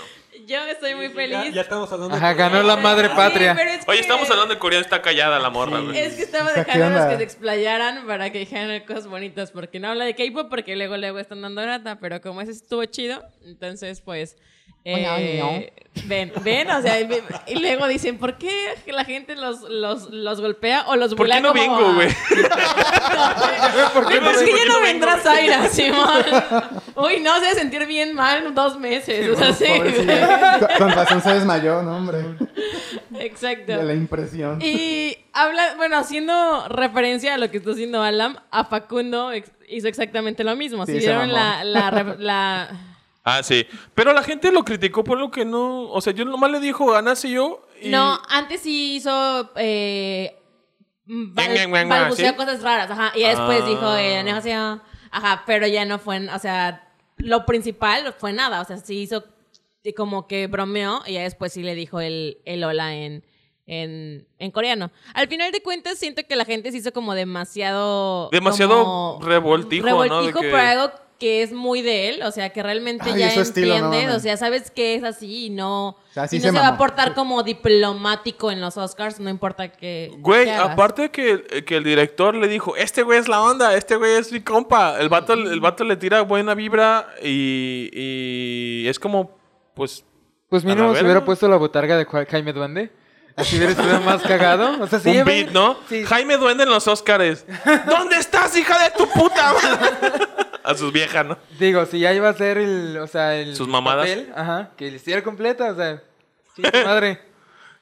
F: Yo estoy muy
E: Ya,
F: feliz.
E: ya estamos hablando
C: Ajá,
E: de
C: ganó la madre
F: Sí,
C: patria.
F: pero es
B: Oye,
F: que-
B: estamos hablando de coreano, está callada la morra, güey.
F: Es que estaba
D: O sea, ¿qué
F: dejándonos
D: onda?
F: que se explayaran para que dijeran cosas bonitas, porque no habla de K-pop, porque luego luego están dando lata, pero como ese estuvo chido, entonces pues... eh, Ven, ven, o sea, y ve- y luego dicen, ¿por qué la gente los, los, los golpea o los
B: ¿Por
F: bulea
B: qué no
F: como a-
B: vengo, güey?
C: ¿Por qué
B: Yo no
F: Pero
B: sé
F: es que
B: por
F: ya
B: qué
F: no
B: no
F: vendrá
B: vengo,
F: Zaira, Simón. Uy, no, se debe sentir bien mal dos meses. o sea, sí.
D: Pobrecilla. Con- Con razón se desmayó, ¿no, hombre?
F: Exacto.
D: De la impresión.
F: Y habla, bueno, haciendo referencia a lo que está haciendo Alam, a Facundo ex- hizo exactamente lo mismo.
D: Sí,
F: si
D: se
F: vieron
D: mamó.
F: la, la, ref- la-
B: Ah, sí. Pero la gente lo criticó por lo que no. O sea, yo nomás le dijo ganas y yo. Y...
F: No, antes sí hizo. Eh, bal-
B: Ñang, ñang, ñang,
F: balbuceó
B: ¿sí?
F: cosas raras, ajá. Y ya después
B: Ah.
F: dijo, eh, "Annyeonghaseyo", ajá, pero ya no fue, en- o sea, lo principal fue nada. O sea, sí hizo y como que bromeó y ya después sí le dijo el, el hola en, en, en coreano. Al final de cuentas, siento que la gente se hizo como demasiado.
B: Demasiado
F: como
B: revoltijo, ¿no? De
F: revoltijo
B: que-
F: por algo que es muy de él, o sea, que realmente
D: Ay,
F: ya
D: es su
F: entiendes,
D: estilo, no mames.
F: o sea, sabes que es así y no,
D: sea, así
F: y no
D: se
F: se, va a
D: mamó.
F: portar como diplomático en los Oscars, no importa que.
B: Güey,
F: que hagas.
B: aparte que, que el director le dijo: Este güey es la onda, este güey es mi compa. El vato, el vato le tira buena vibra y, y es como, pues.
C: Pues
B: A la
C: mínimo se
B: verga.
C: hubiera puesto la botarga de Juan- Jaime Duende. Así hubiera estado más cagado. O sea, sí.
B: un
C: ya ve-
B: beat, ¿no?
C: Sí.
B: Jaime Duende en los Óscares. ¿Dónde estás, hija de tu puta madre? A sus viejas, ¿no?
C: Digo, si ya iba a ser el, o sea, el
B: Sus mamadas.
C: papel, ajá, que le hiciera completa, o sea, sí, madre.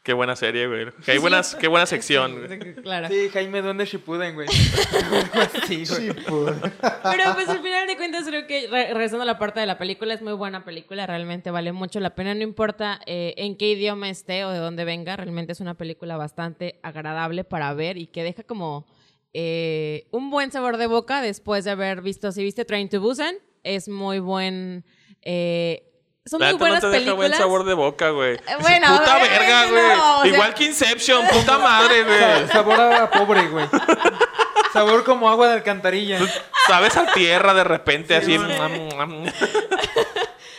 B: Qué buena serie, güey. Qué, buenas, qué buena sección, güey.
F: Claro.
C: Sí, Jaime Duende Shippuden, güey. sí, güey.
D: Sí, pues.
F: Pero pues al final de cuentas creo que re- regresando a la parte de la película, es muy buena película, realmente vale mucho la pena, no importa eh, en qué idioma esté o de dónde venga, realmente es una película bastante agradable para ver y que deja como eh, un buen sabor de boca después de haber visto, si viste Train to Busan, es muy buen... eh, son
B: La
F: muy
B: neta
F: buenas
B: no te deja
F: películas. Eh,
B: buen sabor de boca, güey.
F: bueno,
B: puta
F: obviamente
B: verga,
F: no,
B: güey.
F: o sea-
B: Igual que Inception, puta madre, güey.
C: Sabor a, a pobre, güey. Sabor como agua de alcantarilla.
B: sabes a tierra de repente así. mm,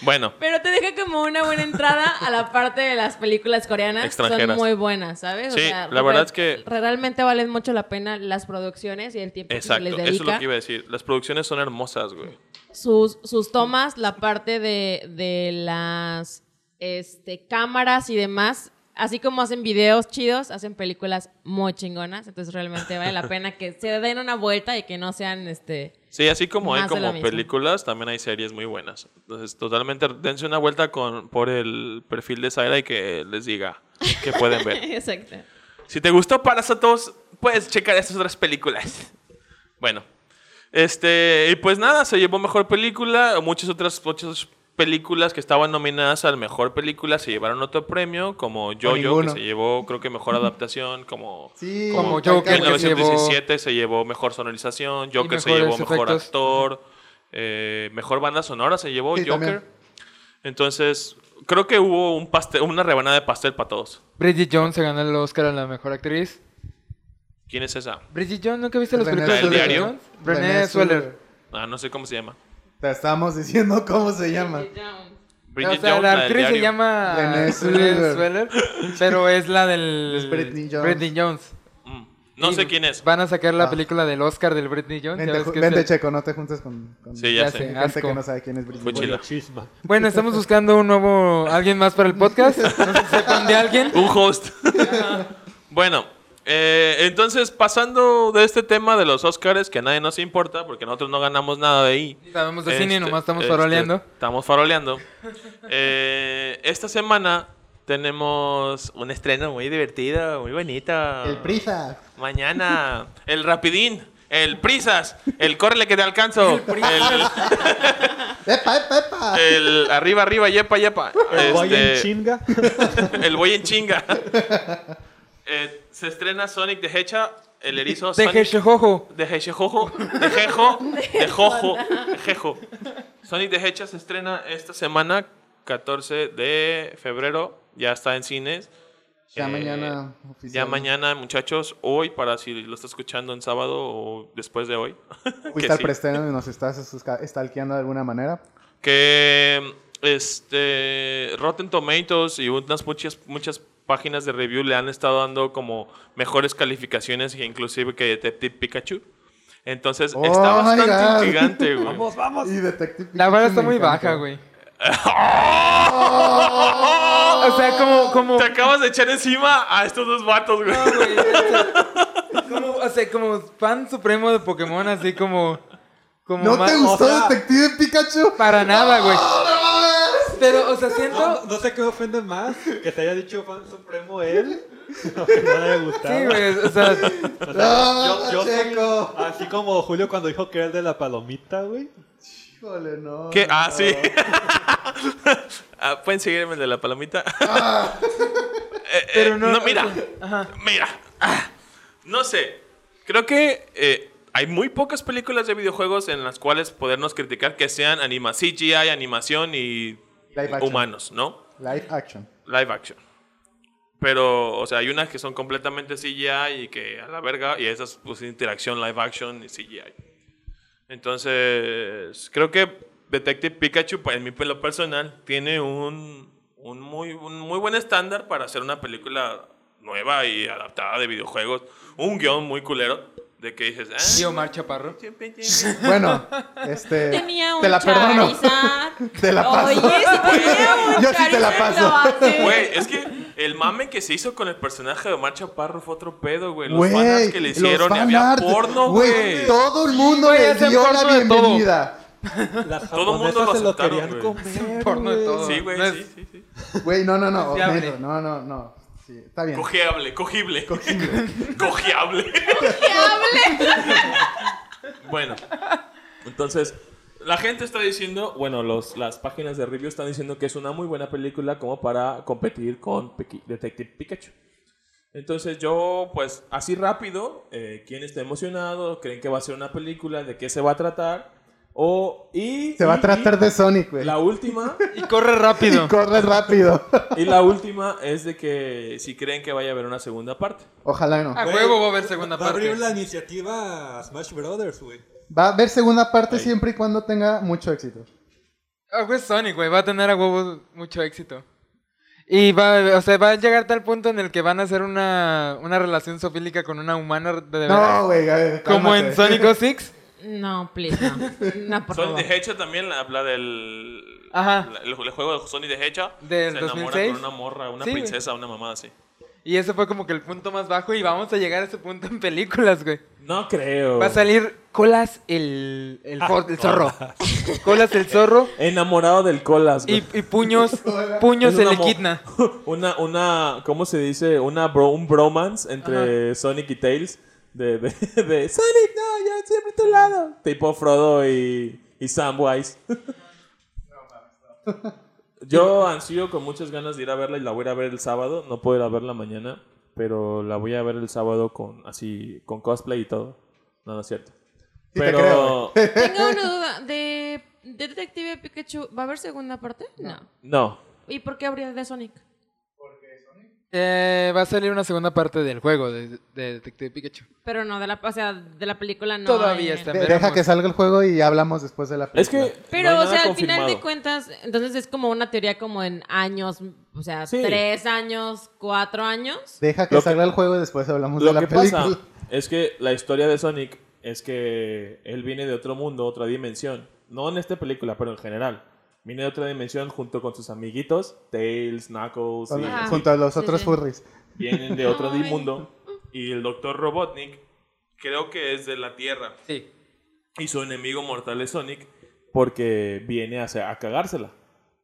B: bueno,
F: Pero te deja como una buena entrada a la parte de las películas coreanas. Son
B: Extranjeras.
F: muy buenas, ¿sabes?
B: Sí, la verdad es que-
F: Realmente valen mucho la pena las producciones y el tiempo
B: exacto.
F: que se
B: Eso
F: les
B: es
F: dedica.
B: lo que iba a decir. Las producciones son hermosas, güey.
F: sus, sus tomas, la parte de, de las este, cámaras y demás. Así como hacen videos chidos, hacen películas muy chingonas. Entonces realmente vale la pena que se den una vuelta y que no sean este.
B: Sí, así como hay
F: Más de lo
B: como
F: mismo.
B: películas, también hay series muy buenas. Entonces, totalmente dense una vuelta con, por el perfil de Zaira y que les diga que pueden ver.
F: Exacto.
D: Eh,
B: Si te gustó Parásitos, puedes checar estas otras películas. Bueno, este, y pues nada, se llevó mejor película. Muchas otras, muchas películas que estaban nominadas al mejor película se llevaron otro premio, como Jojo, que
D: ninguno.
B: se llevó, creo que mejor adaptación, como.
D: Sí,
C: Como
D: hay
C: Joker,
D: que-
B: 1917 se llevó mejor sonorización, Joker se llevó
C: mejores
B: mejor
C: efectos.
B: actor, eh, mejor banda sonora se llevó
D: Sí,
B: Joker.
D: también.
B: Entonces, creo que hubo un pastel, una rebanada de pastel para todos.
C: Bridget Jones se ganó el Oscar a la mejor actriz.
B: ¿Quién es esa?
C: Bridget Jones, ¿nunca viste los
D: René
C: películas de
B: Zellweger.
C: Bridget Jones? René
D: René Zellweger.
C: Sueller.
B: Ah, no sé cómo se llama.
D: Te estamos diciendo cómo se llama.
B: Bridget
C: o sea,
B: Jones,
C: la
B: del
C: actriz se
B: diario.
C: llama
D: René
C: René
D: Zellweger.
C: Zellweger, pero es la del
D: Es Britney Jones.
C: Britney Jones.
B: Mm, No
C: Y
B: sé quién es.
C: Van a sacar la
D: Ah.
C: película del Oscar del Britney Jones. ya
D: Vente,
C: ves
D: ju-
C: que
D: vente,
C: se-
D: Checo, no te juntes con, con
B: Sí, ya,
C: Ya
B: sé.
C: sé.
D: gente
C: asco.
D: que no sabe quién es Britney.
B: Fuchi.
E: La chisma.
C: Bueno, estamos buscando un nuevo alguien más para el podcast. No sé si sepan de alguien.
B: Un host. bueno, eh, entonces pasando de este tema de los Oscars, que a nadie nos importa, porque nosotros no ganamos nada de ahí.
C: Sabemos de cine,
B: Este,
C: nomás estamos
B: este,
C: faroleando.
B: Estamos faroleando. Eh, esta semana tenemos un estreno muy divertido, muy bonito.
D: El Prisa.
B: Mañana, el Rapidín, el Prisas, el Córrele que te alcanzo, el,
D: ¡Epa, epa, epa!
B: el Arriba, Arriba, Yepa, Yepa.
E: El boy en
B: Este,
E: chinga.
B: el Boy en Chinga. Eh, se estrena Sonic the Hedgehog, el erizo
C: De
B: Sonic
C: Jejejojo.
B: de Hechejojo, de Jejo, de Jojo, de Jejo. Sonic de Hecha se estrena esta semana, 14 de febrero. Ya está en cines.
D: Ya
B: Eh,
D: mañana.
B: Ya
D: oficial.
B: mañana, muchachos, hoy, para si lo está escuchando en sábado o después de hoy.
D: Fuiste
B: que
D: al
B: sí.
D: preestreno y nos estás esca- stalkeando de alguna manera.
B: Que este, Rotten Tomatoes y unas muchas, muchas páginas de review le han estado dando como mejores calificaciones, que inclusive que Detective Pikachu. Entonces
D: Oh
B: está
D: my
B: bastante
D: God.
B: intrigante, güey.
D: Y Detective
C: Ah, La vara
D: verdad
C: está muy baja, güey. O sea, como, como,
B: Te acabas de echar encima a estos dos vatos, güey.
C: No, güey, o sea, como, o sea, como fan supremo de Pokémon, así como. como
D: ¿No
C: más-
D: te
C: o
D: gustó
C: sea,
D: Detective Pikachu?
C: Para nada, güey. Pero, o sea, siento.
E: No, no sé qué ofende más que te haya dicho fan supremo él. No, que no le haya gustado.
C: Sí, güey, o sea,
E: O
D: No,
E: sea, yo- yo soy-
D: ¡Ah, Checo.
E: así como Julio cuando dijo que era el de la palomita, güey.
D: Híjole, no.
B: ¿Qué? Ah,
D: no.
B: sí. Ah, Pueden seguirme el de la palomita. Eh, eh,
C: pero no.
B: no, mira,
C: o sea, ajá.
B: mira. Ah, no sé. Creo que eh, hay muy pocas películas de videojuegos en las cuales podernos criticar que sean anima CGI, animación y
D: Live action.
B: humanos, ¿no?
D: Live action.
B: Live action. Pero, o sea, hay unas que son completamente CGI y que a la verga, y esas pues interacción live action y CGI. Entonces, creo que Detective Pikachu, pa- en mi pelo personal, tiene un, un muy, un muy buen estándar para hacer una película nueva y adaptada de videojuegos. Un guión muy culero, de que dices, "Ah,
C: Y Omar Chaparro.
D: Bueno, este.
F: Tenía un
D: te la perdono.
F: Charizard.
D: Te la paso.
F: Oye, si tenía un
D: Yo sí te la
F: Charizard,
D: paso.
F: lo hace.
B: Güey, es que el mame que se hizo con el personaje de Omar Chaparro fue otro pedo, güey. Los
D: Güey,
B: fanarts que le
D: los
B: hicieron y
D: fan
B: había
D: art.
B: porno, güey.
D: Todo el mundo
C: Güey,
D: le
C: hacen
D: dio
C: porno
D: la
C: de todo.
D: bienvenida.
E: Las
B: Todo el mundo
E: japonesas
B: lo
E: se lo
B: aceptaron,
E: querían
B: güey.
E: comer.
C: Porno de todo.
B: Sí, güey,
C: No es-
B: sí, sí, sí.
D: Güey, no, no, no.
C: Confiable.
D: Homero, No, no, no. Sí, está bien.
B: Cojeable, cogible. Cojeable. bueno,
H: Entonces,
B: la gente está diciendo.
H: no, bueno, los, las páginas de review están diciendo que es una muy buena película como para competir con Piki- Detective Pikachu. Entonces yo, pues, así rápido, eh, ¿quién está emocionado? ¿Creen que va a ser una película? ¿De qué se va a tratar?
B: O, y,
D: Se va
B: y-
D: a tratar de Sonic,
B: y
D: güey.
B: La última,
C: Y corre rápido.
D: Y corre rápido.
B: y la última es de que si creen que vaya a haber una segunda parte.
D: Ojalá no.
C: A
E: Güey,
C: huevo va a haber segunda
E: Va a abrir
C: parte.
E: la iniciativa Smash Brothers, güey.
D: Va a haber segunda parte
B: Ahí.
D: siempre y cuando tenga mucho éxito.
C: Ah, güey, Sonic, güey, va a tener a huevo mucho éxito. Y va, o sea, va a llegar tal punto en el que van a hacer una, una relación sofílica con una humana de veras.
D: No, güey. a ver,
C: Como en
D: cálmate.
C: Sonic 06.
F: No, please, no. No, por
I: Sonic
F: favor.
I: the Hedgehog también, la, la del...
C: Ajá.
I: la- el, el juego de Sonic the Hedgehog.
C: Del
I: se enamora
C: 2006.
I: con una morra, una
C: Sí, güey.
I: princesa, una mamá así.
C: Y ese fue como que el punto más bajo y vamos a llegar a ese punto en películas, güey.
B: No creo.
D: Oh.
C: Va a salir Colas el, el,
D: Ah,
C: for- el zorro. Colas el zorro
B: Enamorado del colas,
C: y,
B: güey.
C: y puños, puños
B: Es una
C: el
B: mo-
C: equidna.
B: Una, una, ¿cómo se dice? Una bro- un bromance entre Sonic y Tails. De, de, de, Sonic, no, yo siempre a tu lado. Tipo Frodo y, y Samwise. Yo ansío con muchas ganas de ir a verla y la voy a ir a ver el sábado. No puedo ir a verla mañana, pero la voy a ver el sábado con así con cosplay y todo. No, no es cierto.
D: Sí te
B: pero
D: creo,
F: Tengo una duda. ¿De de Detective Pikachu va a haber segunda parte? No.
B: no,
F: ¿Y por qué habría de Sonic?
C: Eh, va a salir una segunda parte del juego de, de Detective Pikachu.
F: Pero no, de la, o sea, de la película no.
C: Todavía
F: eh.
C: está.
D: De-
C: Veremos.
D: deja que salga el juego y hablamos después de la
B: es
D: película.
B: que no
F: Pero,
B: hay
F: o
B: nada
F: sea, al final
B: confirmado.
F: de cuentas, entonces es como una teoría como en años, o sea,
B: Sí.
F: tres años, cuatro años.
D: Deja que
B: Lo que-
D: salga el juego y después hablamos
B: Lo
D: de la
B: que
D: película.
B: pasa es que la historia de Sonic es que él viene de otro mundo, otra dimensión. No en esta película, pero en general. Viene de otra dimensión junto con sus amiguitos, Tails, Knuckles,
D: Con-
B: y-
F: Ajá.
D: junto a los
F: Sí,
D: otros
F: sí.
D: furries.
B: vienen de otro
F: Ay.
B: mundo.
I: Y el Doctor Robotnik creo que es de la Tierra.
C: Sí.
I: Y su enemigo mortal es Sonic.
B: porque viene a, a cagársela.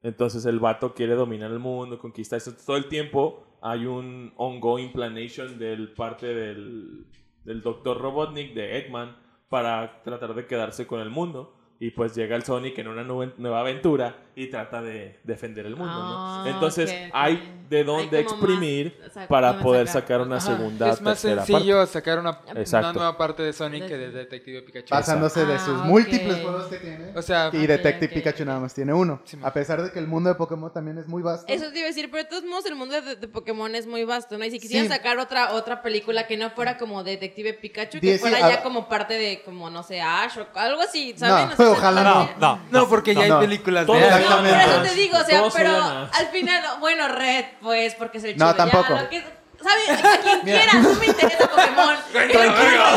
B: Entonces el vato quiere dominar el mundo, conquistar esto. Todo el tiempo hay un ongoing planation del parte del, del Dr. Robotnik, de Eggman, para tratar de quedarse con el mundo. Y pues llega el Sonic en una nue- nueva aventura y trata de defender el mundo, ¿no?
F: Ah,
B: Entonces
F: ok, ok.
B: hay de dónde
F: Hay como más,
B: exprimir
F: o sea,
B: para
F: dónde
B: poder
F: sacar.
B: sacar una
C: Ajá,
B: segunda,
C: Es más
B: tercera
C: sencillo sacar una,
B: Exacto.
C: una nueva parte de Sonic que de Detective Pikachu.
D: Pasándose de
F: Exacto.
D: sus
F: Ah,
D: múltiples
F: ok.
D: juegos que tiene.
C: O sea,
D: y Detective
F: ok,
D: Pikachu
F: ok.
D: nada más tiene uno.
C: Sí, man.
D: a pesar de que el mundo de Pokémon también es muy vasto.
F: Eso te iba a decir, pero de todos modos el mundo de, de Pokémon es muy vasto, ¿no? Y si quisieran
D: Sí.
F: sacar otra otra película que no fuera como Detective Pikachu, que
D: Dieci-
F: fuera
D: a-
F: ya como parte de, como, no sé, Ash o algo así,
D: No,
F: ¿saben? O sea,
D: ojalá
F: no.
D: no.
E: No,
C: no, porque ya
D: no.
C: hay películas
B: Todo
C: de
B: está
C: Ash.
F: por eso
B: Exactamente.
F: te digo, o sea,
B: Todos
F: pero
B: oigan a Ash.
F: al final, bueno, Red, pues, porque es el chido.
D: No, tampoco.
F: Ya, lo que, ¿Sabes? Quien quiera, no me interesa Pokémon.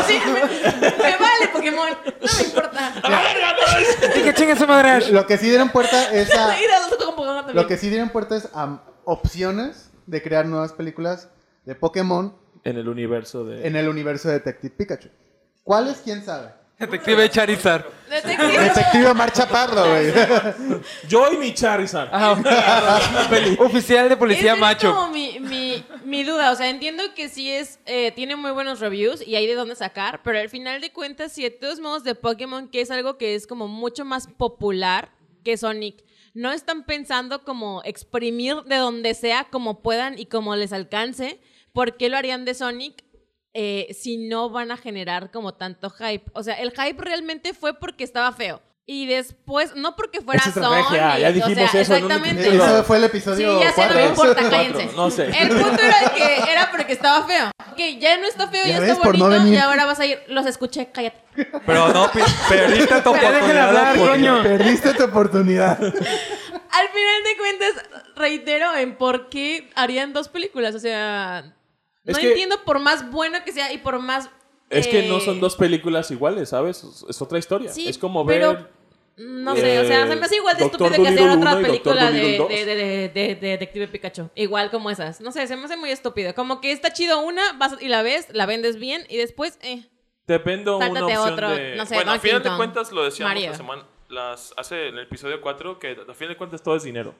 F: Sí, me, me vale Pokémon, no me importa.
C: Que chingue su madre Ash.
D: Lo que sí dieron puerta es a.
F: Ir a los otros con Pokémon también.
D: Lo que sí dieron puerta es a opciones de crear nuevas películas de Pokémon
B: en el universo de...
D: en el universo de Detective Pikachu. ¿Cuáles? ¿Quién sabe?
C: Detective Charizard.
F: Detective.
D: Detective Omar Chaparro, güey.
C: pues,
B: Yo y mi Charizard.
C: Ajá. Oficial de policía
F: Esa Es
C: macho.
F: como mi, mi, mi duda. O sea, entiendo que sí es. eh, tiene muy buenos reviews y hay de dónde sacar. Pero al final de cuentas, si de todos modos de Pokémon, que es algo que es como mucho más popular que Sonic. No están pensando como exprimir de donde sea, como puedan y como les alcance. ¿Por qué lo harían de Sonic? eh, si no van a generar como tanto hype. O sea, el hype realmente fue porque estaba feo. Y después, no porque fuera
B: Esa
F: Sonic.
B: estrategia, ya dijimos
F: o sea,
B: eso en un
F: exactamente.
B: capítulo.
D: Eso fue el episodio
F: Sí, ya sé, no
D: 4.
F: me importa,
B: Cuatro,
F: cállense.
B: no sé.
F: El punto era que era porque estaba feo. Que ya no está feo, ya,
D: Ya
F: está
D: ves, por no
F: bonito
D: venir.
F: y ahora vas a ir. Los escuché, cállate.
E: pero no, pi- perdiste tu
C: Ya déjenle
E: oportunidad.
C: hablar,
E: por-
C: coño.
D: Perdiste tu oportunidad.
F: Al final de cuentas, reitero en por qué harían dos películas. O sea,
B: Es
F: no
B: que-
F: entiendo por más bueno que sea y por más.
B: Es que
F: eh,
B: no son dos películas iguales, ¿sabes? Es- Es otra historia.
F: Sí,
B: es como
F: pero,
B: ver.
F: No sé, o sea, se me hace igual de
B: Eh,
F: estúpido
B: Doctor
F: que
B: Dolittle
F: hacer otra
B: uno y Doctor
F: película de,
B: Dolittle
F: de, de, de- de- de Detective Pikachu. Igual como esas. No sé, se me hace muy estúpido. Como que está chido una, vas y la ves, la vendes bien y después, eh.
B: Depende una
F: Sácate
B: opción
F: otro,
B: de.
F: no sé.
I: bueno, a
F: Donkey
I: final de
F: Kong,
I: cuentas lo decíamos
F: Mario.
I: la semana, las, hace en el episodio 4 que a final de cuentas todo es dinero.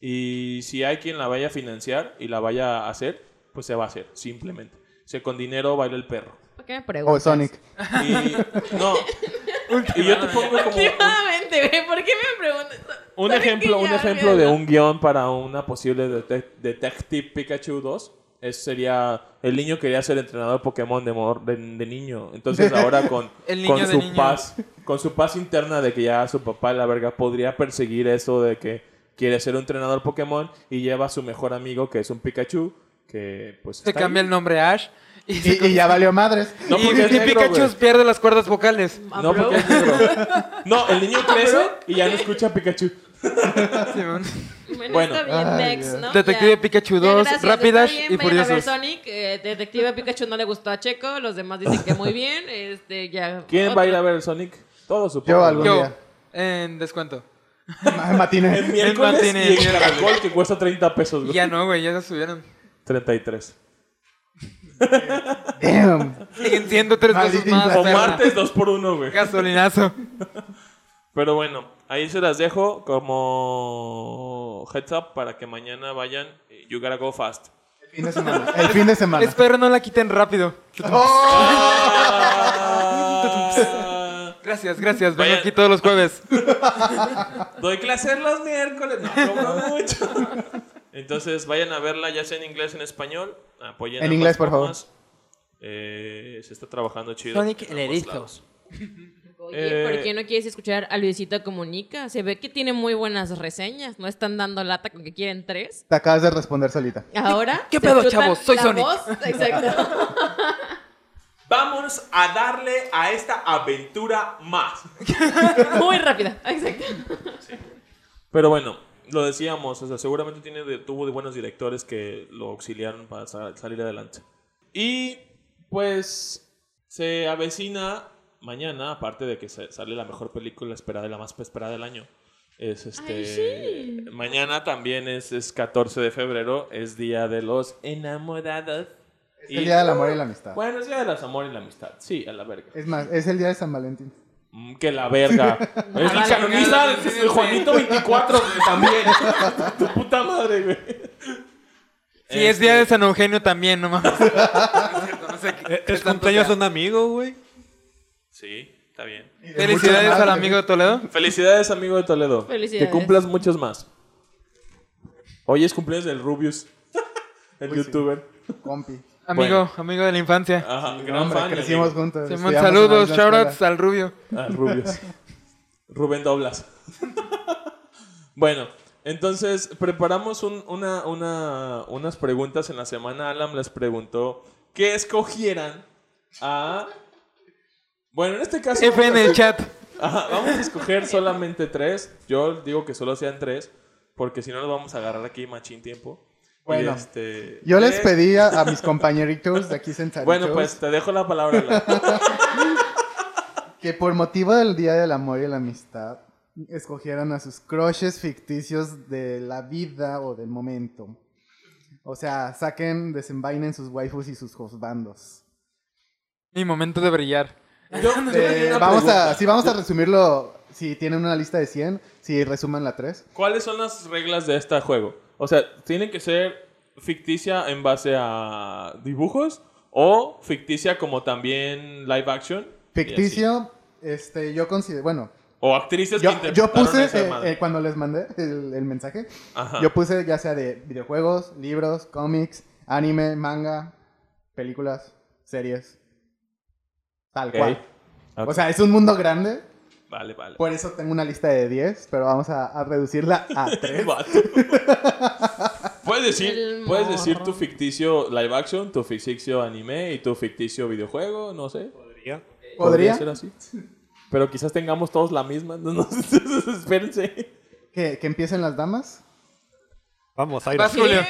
B: Y si hay quien la vaya a financiar y la vaya a hacer, pues se va a hacer, simplemente. O sea, con dinero baila el perro.
F: ¿Por qué me
D: O
B: Oh,
F: preguntas?
D: Sonic.
B: Y. No. y yo te pongo como. un-
F: Últimamente, güey, ¿por qué me preguntas?
B: Un
F: ¿Sabes
B: ejemplo,
F: qué?
B: un
F: Ya,
B: ejemplo de
F: olvídalo.
B: un guión para una posible detec- Detective Pikachu 2 es, sería el niño quería ser entrenador Pokémon de, mor- de, de niño. Entonces ahora con,
C: El niño
B: con
C: de
B: su
C: niño.
B: paz,
H: con su paz interna de que ya su papá, la verga, podría perseguir eso de que quiere ser un entrenador Pokémon y lleva a su mejor amigo, que es un Pikachu, que pues...
C: Se
H: está
C: cambia
H: ahí.
C: el nombre a Ash. Y, se
D: Y, y ya valió madres.
H: No,
C: y-
H: porque es
C: y
H: negro,
C: Pikachu
H: güey.
C: pierde las cuerdas vocales.
H: No, porque es negro. No, el niño crece
F: bro.
H: y ya no escucha a Pikachu.
C: Simón.
F: Bueno,
H: Bueno.
F: está bien,
D: Ay,
F: Dex,
D: Dios.
F: ¿no?
C: Detective
F: Ya.
C: Pikachu
F: Ya,
C: 2,
F: gracias,
C: Rapidash
F: está
C: y
F: bien, vayan a ver
C: Furiosos.
F: Sonic, eh, Detective Pikachu no le gustó a Checo, los demás dicen que muy bien, este, ya.
H: ¿Quién va a ir a
F: otro.
H: ver Sonic? Todos supongo.
D: Yo algún
C: Yo,
D: día.
C: en descuento.
D: Ma- Matiné.
H: El miércoles
C: El
H: y
C: Martínez.
H: en Caracol que cuesta 30 pesos. güey.
C: Ya no, güey, ya se subieron.
H: 33.
D: Damn.
C: Siguen siendo tres veces
D: Maldita
C: más.
H: O
D: inflación.
C: perra.
H: martes 2 por 1 güey.
C: Gasolinazo.
H: Pero bueno, ahí se las dejo como heads up para que mañana vayan. eh, You gotta go fast.
D: El fin de semana. El fin de semana.
C: Espero no la quiten rápido.
H: Ah,
C: Gracias, gracias. Vengo
H: Vayan.
C: aquí todos los jueves.
H: Doy clases los miércoles. No, cobro mucho. Entonces vayan a verla, ya sea en inglés, en español. Apoyen
D: En
H: ambas
D: inglés, por
H: formas. Eh, se está trabajando chido.
C: Sonic
H: en
C: el
H: ambos
C: erizo.
H: lados.
F: Oye,
H: Eh,
F: ¿por qué no quieres escuchar a Luisito Comunica? Se ve que tiene muy buenas reseñas, no están dando lata con que quieren tres.
D: Te acabas de responder solita.
F: Ahora.
C: ¿Qué
F: se
C: pedo,
F: chutan
C: chavos? Soy
F: la
C: Sonic.
F: voz, Exacto.
H: Vamos a darle a esta aventura más.
F: Muy rápida, exacto.
H: Pero bueno, lo decíamos, o sea, seguramente tiene de- tuvo de buenos directores que lo auxiliaron para sa- salir adelante. Y pues se avecina mañana, aparte de que se- sale la mejor película esperada, la más esperada del año. Es este
F: Ay, sí.
H: mañana también es, es 14 de febrero, es día de los enamorados.
D: Es el día del amor y la amistad.
H: Bueno, es día de los amor y la amistad. Sí, a la verga.
D: Es más, es el día de San Valentín.
H: Mm, que la verga. es la
C: la
H: canoniza
C: verga,
H: de Juanito 24 güey, también. tu puta madre, güey.
C: Sí, es día de San Eugenio también, no mames. No es cierto, no sé qué-
E: Eh,
C: qué
E: Es
C: tanto
E: cumpleaños de
C: sea.
E: un amigo, güey.
H: Sí, está bien.
C: Felicidades
D: Muchas
C: al
D: más.
C: amigo de Toledo.
H: Felicidades, amigo de Toledo.
F: Felicidades.
H: Que cumplas muchos más. Hoy es cumpleaños del Rubius, el
D: Uy, Pues sí.
H: youtuber.
D: Compi.
C: Amigo,
H: Bueno.
C: amigo de la infancia.
H: Ajá,
D: No,
H: gran
D: hombre,
H: fan. y
D: crecimos
H: amigo.
D: juntos.
C: Simón,
D: estudiamos en la
C: saludos,
D: misma
C: shoutouts
D: escuela.
C: al rubio.
H: Ah, Rubius. Rubén Doblas. bueno, entonces preparamos un- una- una- unas preguntas en la semana. Alan les preguntó que escogieran a... Bueno, en este caso...
C: F en el chat.
H: Ajá, vamos a escoger solamente tres. Yo digo que solo sean tres, porque si no nos vamos a agarrar aquí machín tiempo. Y,
D: Bueno,
H: este,
D: Yo les
H: eh,
D: pedí a, a mis compañeritos de aquí sentaditos
H: Bueno, pues te dejo la palabra. Alan.
D: que por motivo del Día del Amor y la Amistad escogieran a sus crushes ficticios de la vida o del momento. O sea, saquen, desenvainen sus waifus y sus josbandos.
C: Mi momento de brillar.
H: Yo- yo tenía
D: Eh,
H: una
D: vamos a,
H: pregunta.
D: sí, vamos a resumirlo. Si tienen una lista de 100, si resuman la 3.
H: ¿Cuáles son las reglas de este juego? O sea, ¿tiene que ser ficticia en base a dibujos? ¿O ficticia como también live action? Y así.
D: Ficticio, este, yo considero, bueno,
H: O actrices
D: yo,
H: que
D: yo
H: interpretaron a
D: puse,
H: esa
D: eh,
H: madre.
D: eh, cuando les mandé el, el mensaje,
H: Ajá.
D: yo puse ya sea de videojuegos, libros, cómics, anime, manga, películas, series. Tal
H: Ok.
D: cual.
H: Ok.
D: O sea, es un mundo grande,
H: Vale, vale.
D: por eso tengo una lista de 10, pero vamos a, a reducirla a 3.
H: Vato. puedes decir,
F: El
H: puedes decir
F: morro.
H: tu ficticio live action, tu ficticio anime y tu ficticio videojuego, no sé.
E: Podría.
D: ¿Podría?
H: ser así. Pero quizás tengamos todos la misma, no, no, espérense.
D: ¿Que, que empiecen las damas.
E: Vamos, Aira.
C: Vas, Julio.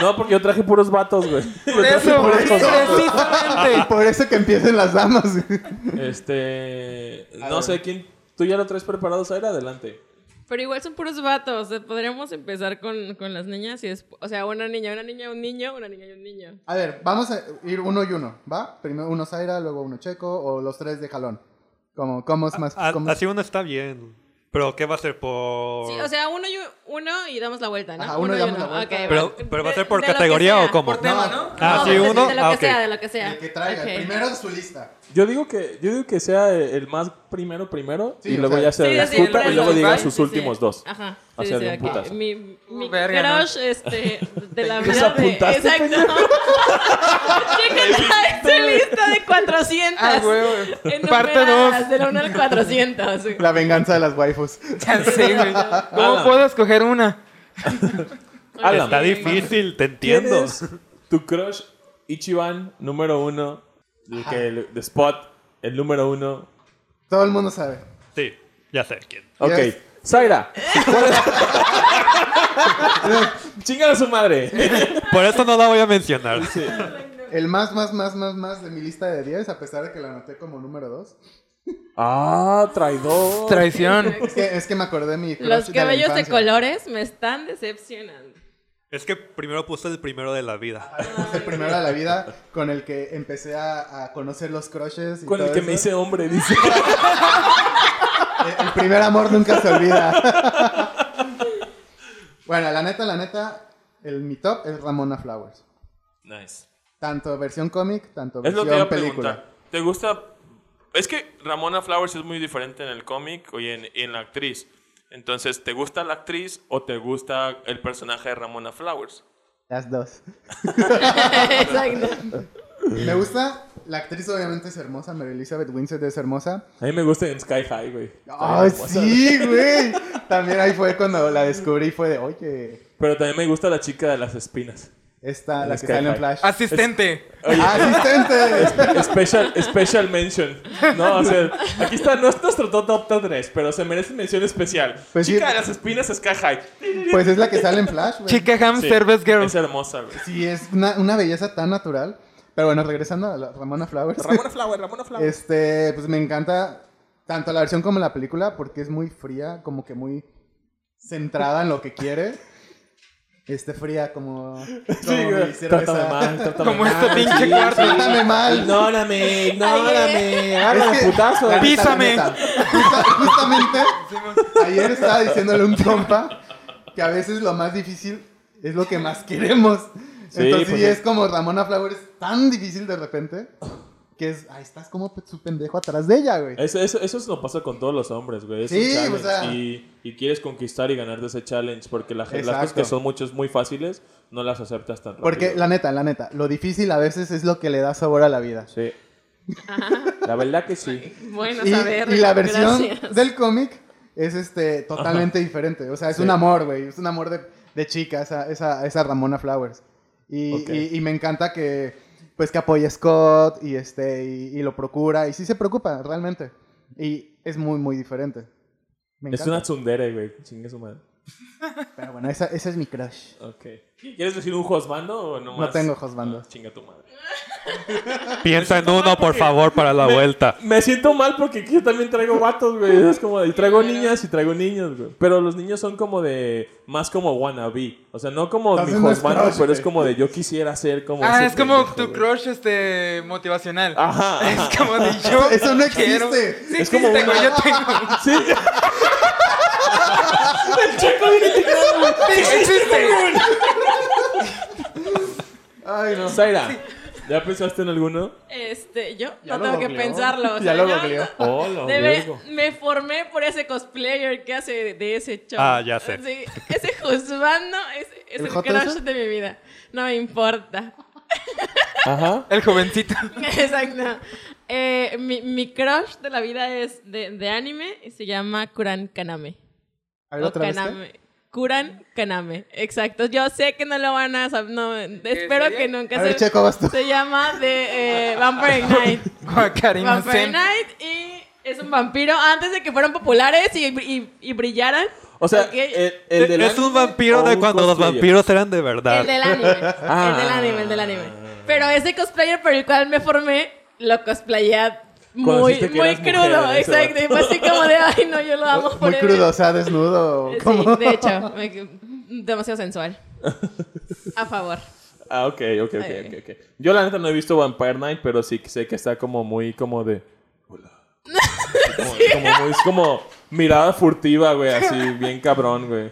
H: No, porque yo traje puros vatos, güey. Yo
C: Por
H: traje
C: eso,
H: puros cosas. Ah.
C: precisamente.
D: Por eso que empiecen las damas.
H: Este,
D: A
H: no
D: ver.
H: sé quién tú ya lo traes preparado, Zaira, adelante.
F: Pero igual son puros vatos. o sea, Podríamos empezar con, con las niñas y después. O sea, una niña, una niña, un niño, una niña y un niño.
D: A ver, vamos a ir uno y uno, ¿va? Primero uno Zaira, luego uno Checo o los tres de jalón. Como, ¿Cómo es más?
E: A-
D: cómo es-
E: Así uno está bien. Pero ¿qué va a ser por...?
F: Sí, o sea, uno y uno y damos la vuelta, ¿no?
D: Ajá, uno y damos la vuelta.
F: Ok,
E: pero,
F: va.
E: pero va a ser
F: De-
E: por
F: de lo que
E: categoría
F: sea.
E: o cómo?
C: Por tema, ¿no?
E: Ah,
F: No,
E: sí,
F: de-
E: uno.
F: De lo que
E: Ah, ok.
F: sea, de lo que sea.
D: El que traiga.
F: Ok.
D: Primero su lista.
H: Yo digo que yo digo que sea el más primero primero
D: Sí,
H: y
D: o
H: luego
D: sea,
H: ya se
F: Sí, sí, sí,
H: discuta
F: el
H: y luego
F: resto,
H: diga
F: ¿vale?
H: sus
F: Sí, sí.
H: últimos dos.
F: Ajá. este,
H: Hacerle
F: decía
H: un
F: que
H: putazo.
F: mi, mi
C: Uh, verga, ¿no?
F: crush, este, de la
H: ¿Los
F: vida de...
H: apuntaste,
F: Exacto. Chequen la lista de 400.
C: Ah, güey.
F: En
C: Parte
F: numeradas,
C: 2.
F: De la 1 al 400. güey.
D: La venganza de las waifus.
C: Ya sé, güey. ¿Cómo
H: Alan.
C: puedo escoger una?
H: Alan.
E: Está difícil, te
H: ¿Quién
E: entiendo.
H: es tu crush Ichiban número uno? El que, el- de Spot, el número uno.
D: Todo el mundo sabe.
E: Sí, ya sé quién.
H: Ok.
D: Yes.
H: Zaira. Chinga a su madre.
E: Por eso no la voy a mencionar.
D: El más, más, más, más, más de mi lista de 10, a pesar de que la anoté como número 2.
H: Ah, traidor.
C: Traición.
D: Es que, es que me acordé de mi crush
F: Los
D: de la
F: cabellos de
D: infancia.
F: colores me están decepcionando.
E: Es que primero puse el primero de la vida.
D: Es el primero de la vida con el que empecé a, a conocer los crushes. y
H: Con el
D: todo eso.
H: que
D: Eh,
H: me hice hombre, dice.
D: El primer amor nunca se olvida. bueno, la neta, la neta, el, mi top es Ramona Flowers.
B: Nice.
D: Tanto versión cómic, tanto
B: Es lo
D: versión
B: que iba a
D: película.
B: preguntar. ¿Te gusta? Es que Ramona Flowers es muy diferente en el cómic y en, y en la actriz. Entonces, ¿te gusta la actriz o te gusta el personaje de Ramona Flowers?
D: Las dos.
F: Exacto.
D: Me gusta, la actriz obviamente es hermosa, Mary Elizabeth Winstead es hermosa.
H: A mí me gusta en Sky High, güey. Está
D: ¡Ay,
H: bien guasa, güey.
D: sí, güey! También ahí fue cuando la descubrí y fue de, oye,
H: Pero también me gusta la chica de las espinas.
D: esta, la
H: Es
D: que
H: que
D: sale en
H: hay-
D: Flash.
C: Asistente.
D: ¡Asistente!
H: Special, special mention. No, o sea, aquí está, no es nuestro top, top, 3, pero se merece mención especial.
D: Pues sí.
H: chica de las espinas Sky High.
D: Pues es la que sale en Flash, güey.
C: Chica
H: Sí,
C: hamster best girl.
H: Es hermosa, güey.
D: Sí, es una, una belleza tan natural. Pero bueno, regresando a la- Ramona Flowers.
H: Ramona Flower, Ramona Flower.
D: Este, pues me encanta tanto la versión como la película porque es muy fría, como que muy centrada en lo que quiere. Este, fría como... como
H: Sí, güey.
D: mi cerveza.
H: Trátame mal, trátame
C: Como
H: mal.
C: este pinche
H: Ah, sí,
C: cuarto.
H: sí.
D: Trátame mal.
H: Ignórame, ignórame. Agárrame
D: Es que-
H: putazo.
D: La neta, la
C: Písame.
D: neta. Justa- justamente, ayer estaba diciéndole a un compa que a veces lo más difícil es lo que más queremos.
H: Sí,
D: Entonces,
H: pues
D: sí,
H: es-
D: es como Ramona Flowers tan difícil de repente que es, ahí estás como su pendejo atrás de ella, güey.
H: Eso, eso, eso no pasa con todos los hombres, güey. Es
D: Sí,
H: un challenge
D: o sea.
H: y, y quieres conquistar y ganar de ese challenge porque las, las cosas
D: Exacto.
H: que son muchas muy fáciles no las aceptas tan rápido.
D: Porque la neta, la neta, lo difícil a veces es lo que le da sabor a la vida.
H: Sí. La verdad que sí.
F: Bueno,
D: Y,
F: saberlo.
D: y la versión
F: gracias.
D: del cómic es este totalmente diferente. O sea, es
H: Sí.
D: un amor, güey. Es un amor de, de chica, esa, esa, esa Ramona Flowers. Y,
H: Ok.
D: y- y me encanta que pues que apoya a Scott y este y, y lo procura. Y sí se preocupa, realmente. Y es muy, muy diferente. Me
H: Es
D: encanta.
H: una tsundere, güey. Chingue su madre.
D: Pero bueno, esa, esa es mi crush.
H: Ok. ¿Quieres decir un Josbando o no
D: No tengo Josbando.
H: chinga tu madre.
E: Piensa en uno, por favor, para la
H: Me-
E: vuelta.
H: Me siento mal porque yo también traigo guatos, güey. Es como, de- y traigo niñas y traigo niños, güey. Pero los niños son como de, más como wannabe. O sea, no como mi
D: Estás en nuestro
H: Josbando,
D: crush,
H: pero es
D: güey.
H: como de yo quisiera ser como
C: Ah,
H: ese
C: es como
H: pendejo,
C: tu
H: güey.
C: crush este motivacional.
H: Ajá, ajá.
C: Es como de yo.
D: Eso no
C: quiero-
D: existe.
C: Sí,
H: Es como
C: existe, güey,
H: una-
C: yo tengo.
H: Sí. El checo viene indignado, güey.
C: Sí, existe.
D: Ay, no.
H: Zaira, ¿ya pensaste en alguno?
F: Este, yo
D: Ya
F: no
D: lo
F: tengo que
D: googleó.
F: pensarlo. o
D: Ya
F: sea,
D: lo
F: yo
D: googleó.
H: Oh, lo
F: Debe-
H: vergo.
F: me formé por ese cosplayer que hace de ese show.
E: Ah, ya sé.
F: Sí, ese Juzbando es, es
D: ¿El
F: el,
D: Joto
F: crush
D: ese?
F: de mi vida. No me importa.
H: Ajá.
C: El jovencito.
F: Exacto. Eh, mi, mi crush de la vida es de, de anime y se llama Kuran Kaname.
D: A ver,
F: O
D: otra vez. ¿qué?
F: Kaname. Kuran Kaname. Exacto. Yo sé que no lo van a saber. No, espero
C: sería?
F: que nunca
D: A ver,
F: se,
D: Checo, vas tú.
F: se llama de eh, Vampire Night.
C: Guacarina
F: Vampire
C: Zen.
F: Knight y es un vampiro antes de que fueran populares y, y- y brillaran.
H: O sea,
F: Ok,
D: eh,
H: el, el del
E: es un
H: anime
E: vampiro
H: o
E: de
H: un
E: cuando los
H: cosplayer.
E: vampiros eran de verdad.
F: el del anime.
H: Ah.
F: El del anime, el del anime. Pero ese cosplayer por el cual me formé, lo cosplayé muy,
H: Conociste que
F: muy
H: eras mujer
F: crudo.
H: en ese
F: exacto. Y fue así como de, ay, no, yo lo amo por
D: Muy
F: él".
D: crudo, o sea, desnudo. o
F: Sí,
D: ¿Cómo?
F: de hecho, me- demasiado sensual. A favor.
H: Ah, ok, ok, ok,
F: Ay.
H: ok, ok. Yo la neta no he visto Vampire Night, pero sí que sé que está como muy como de. Hola. Como, como muy, es como mirada furtiva, güey, así, bien cabrón, güey.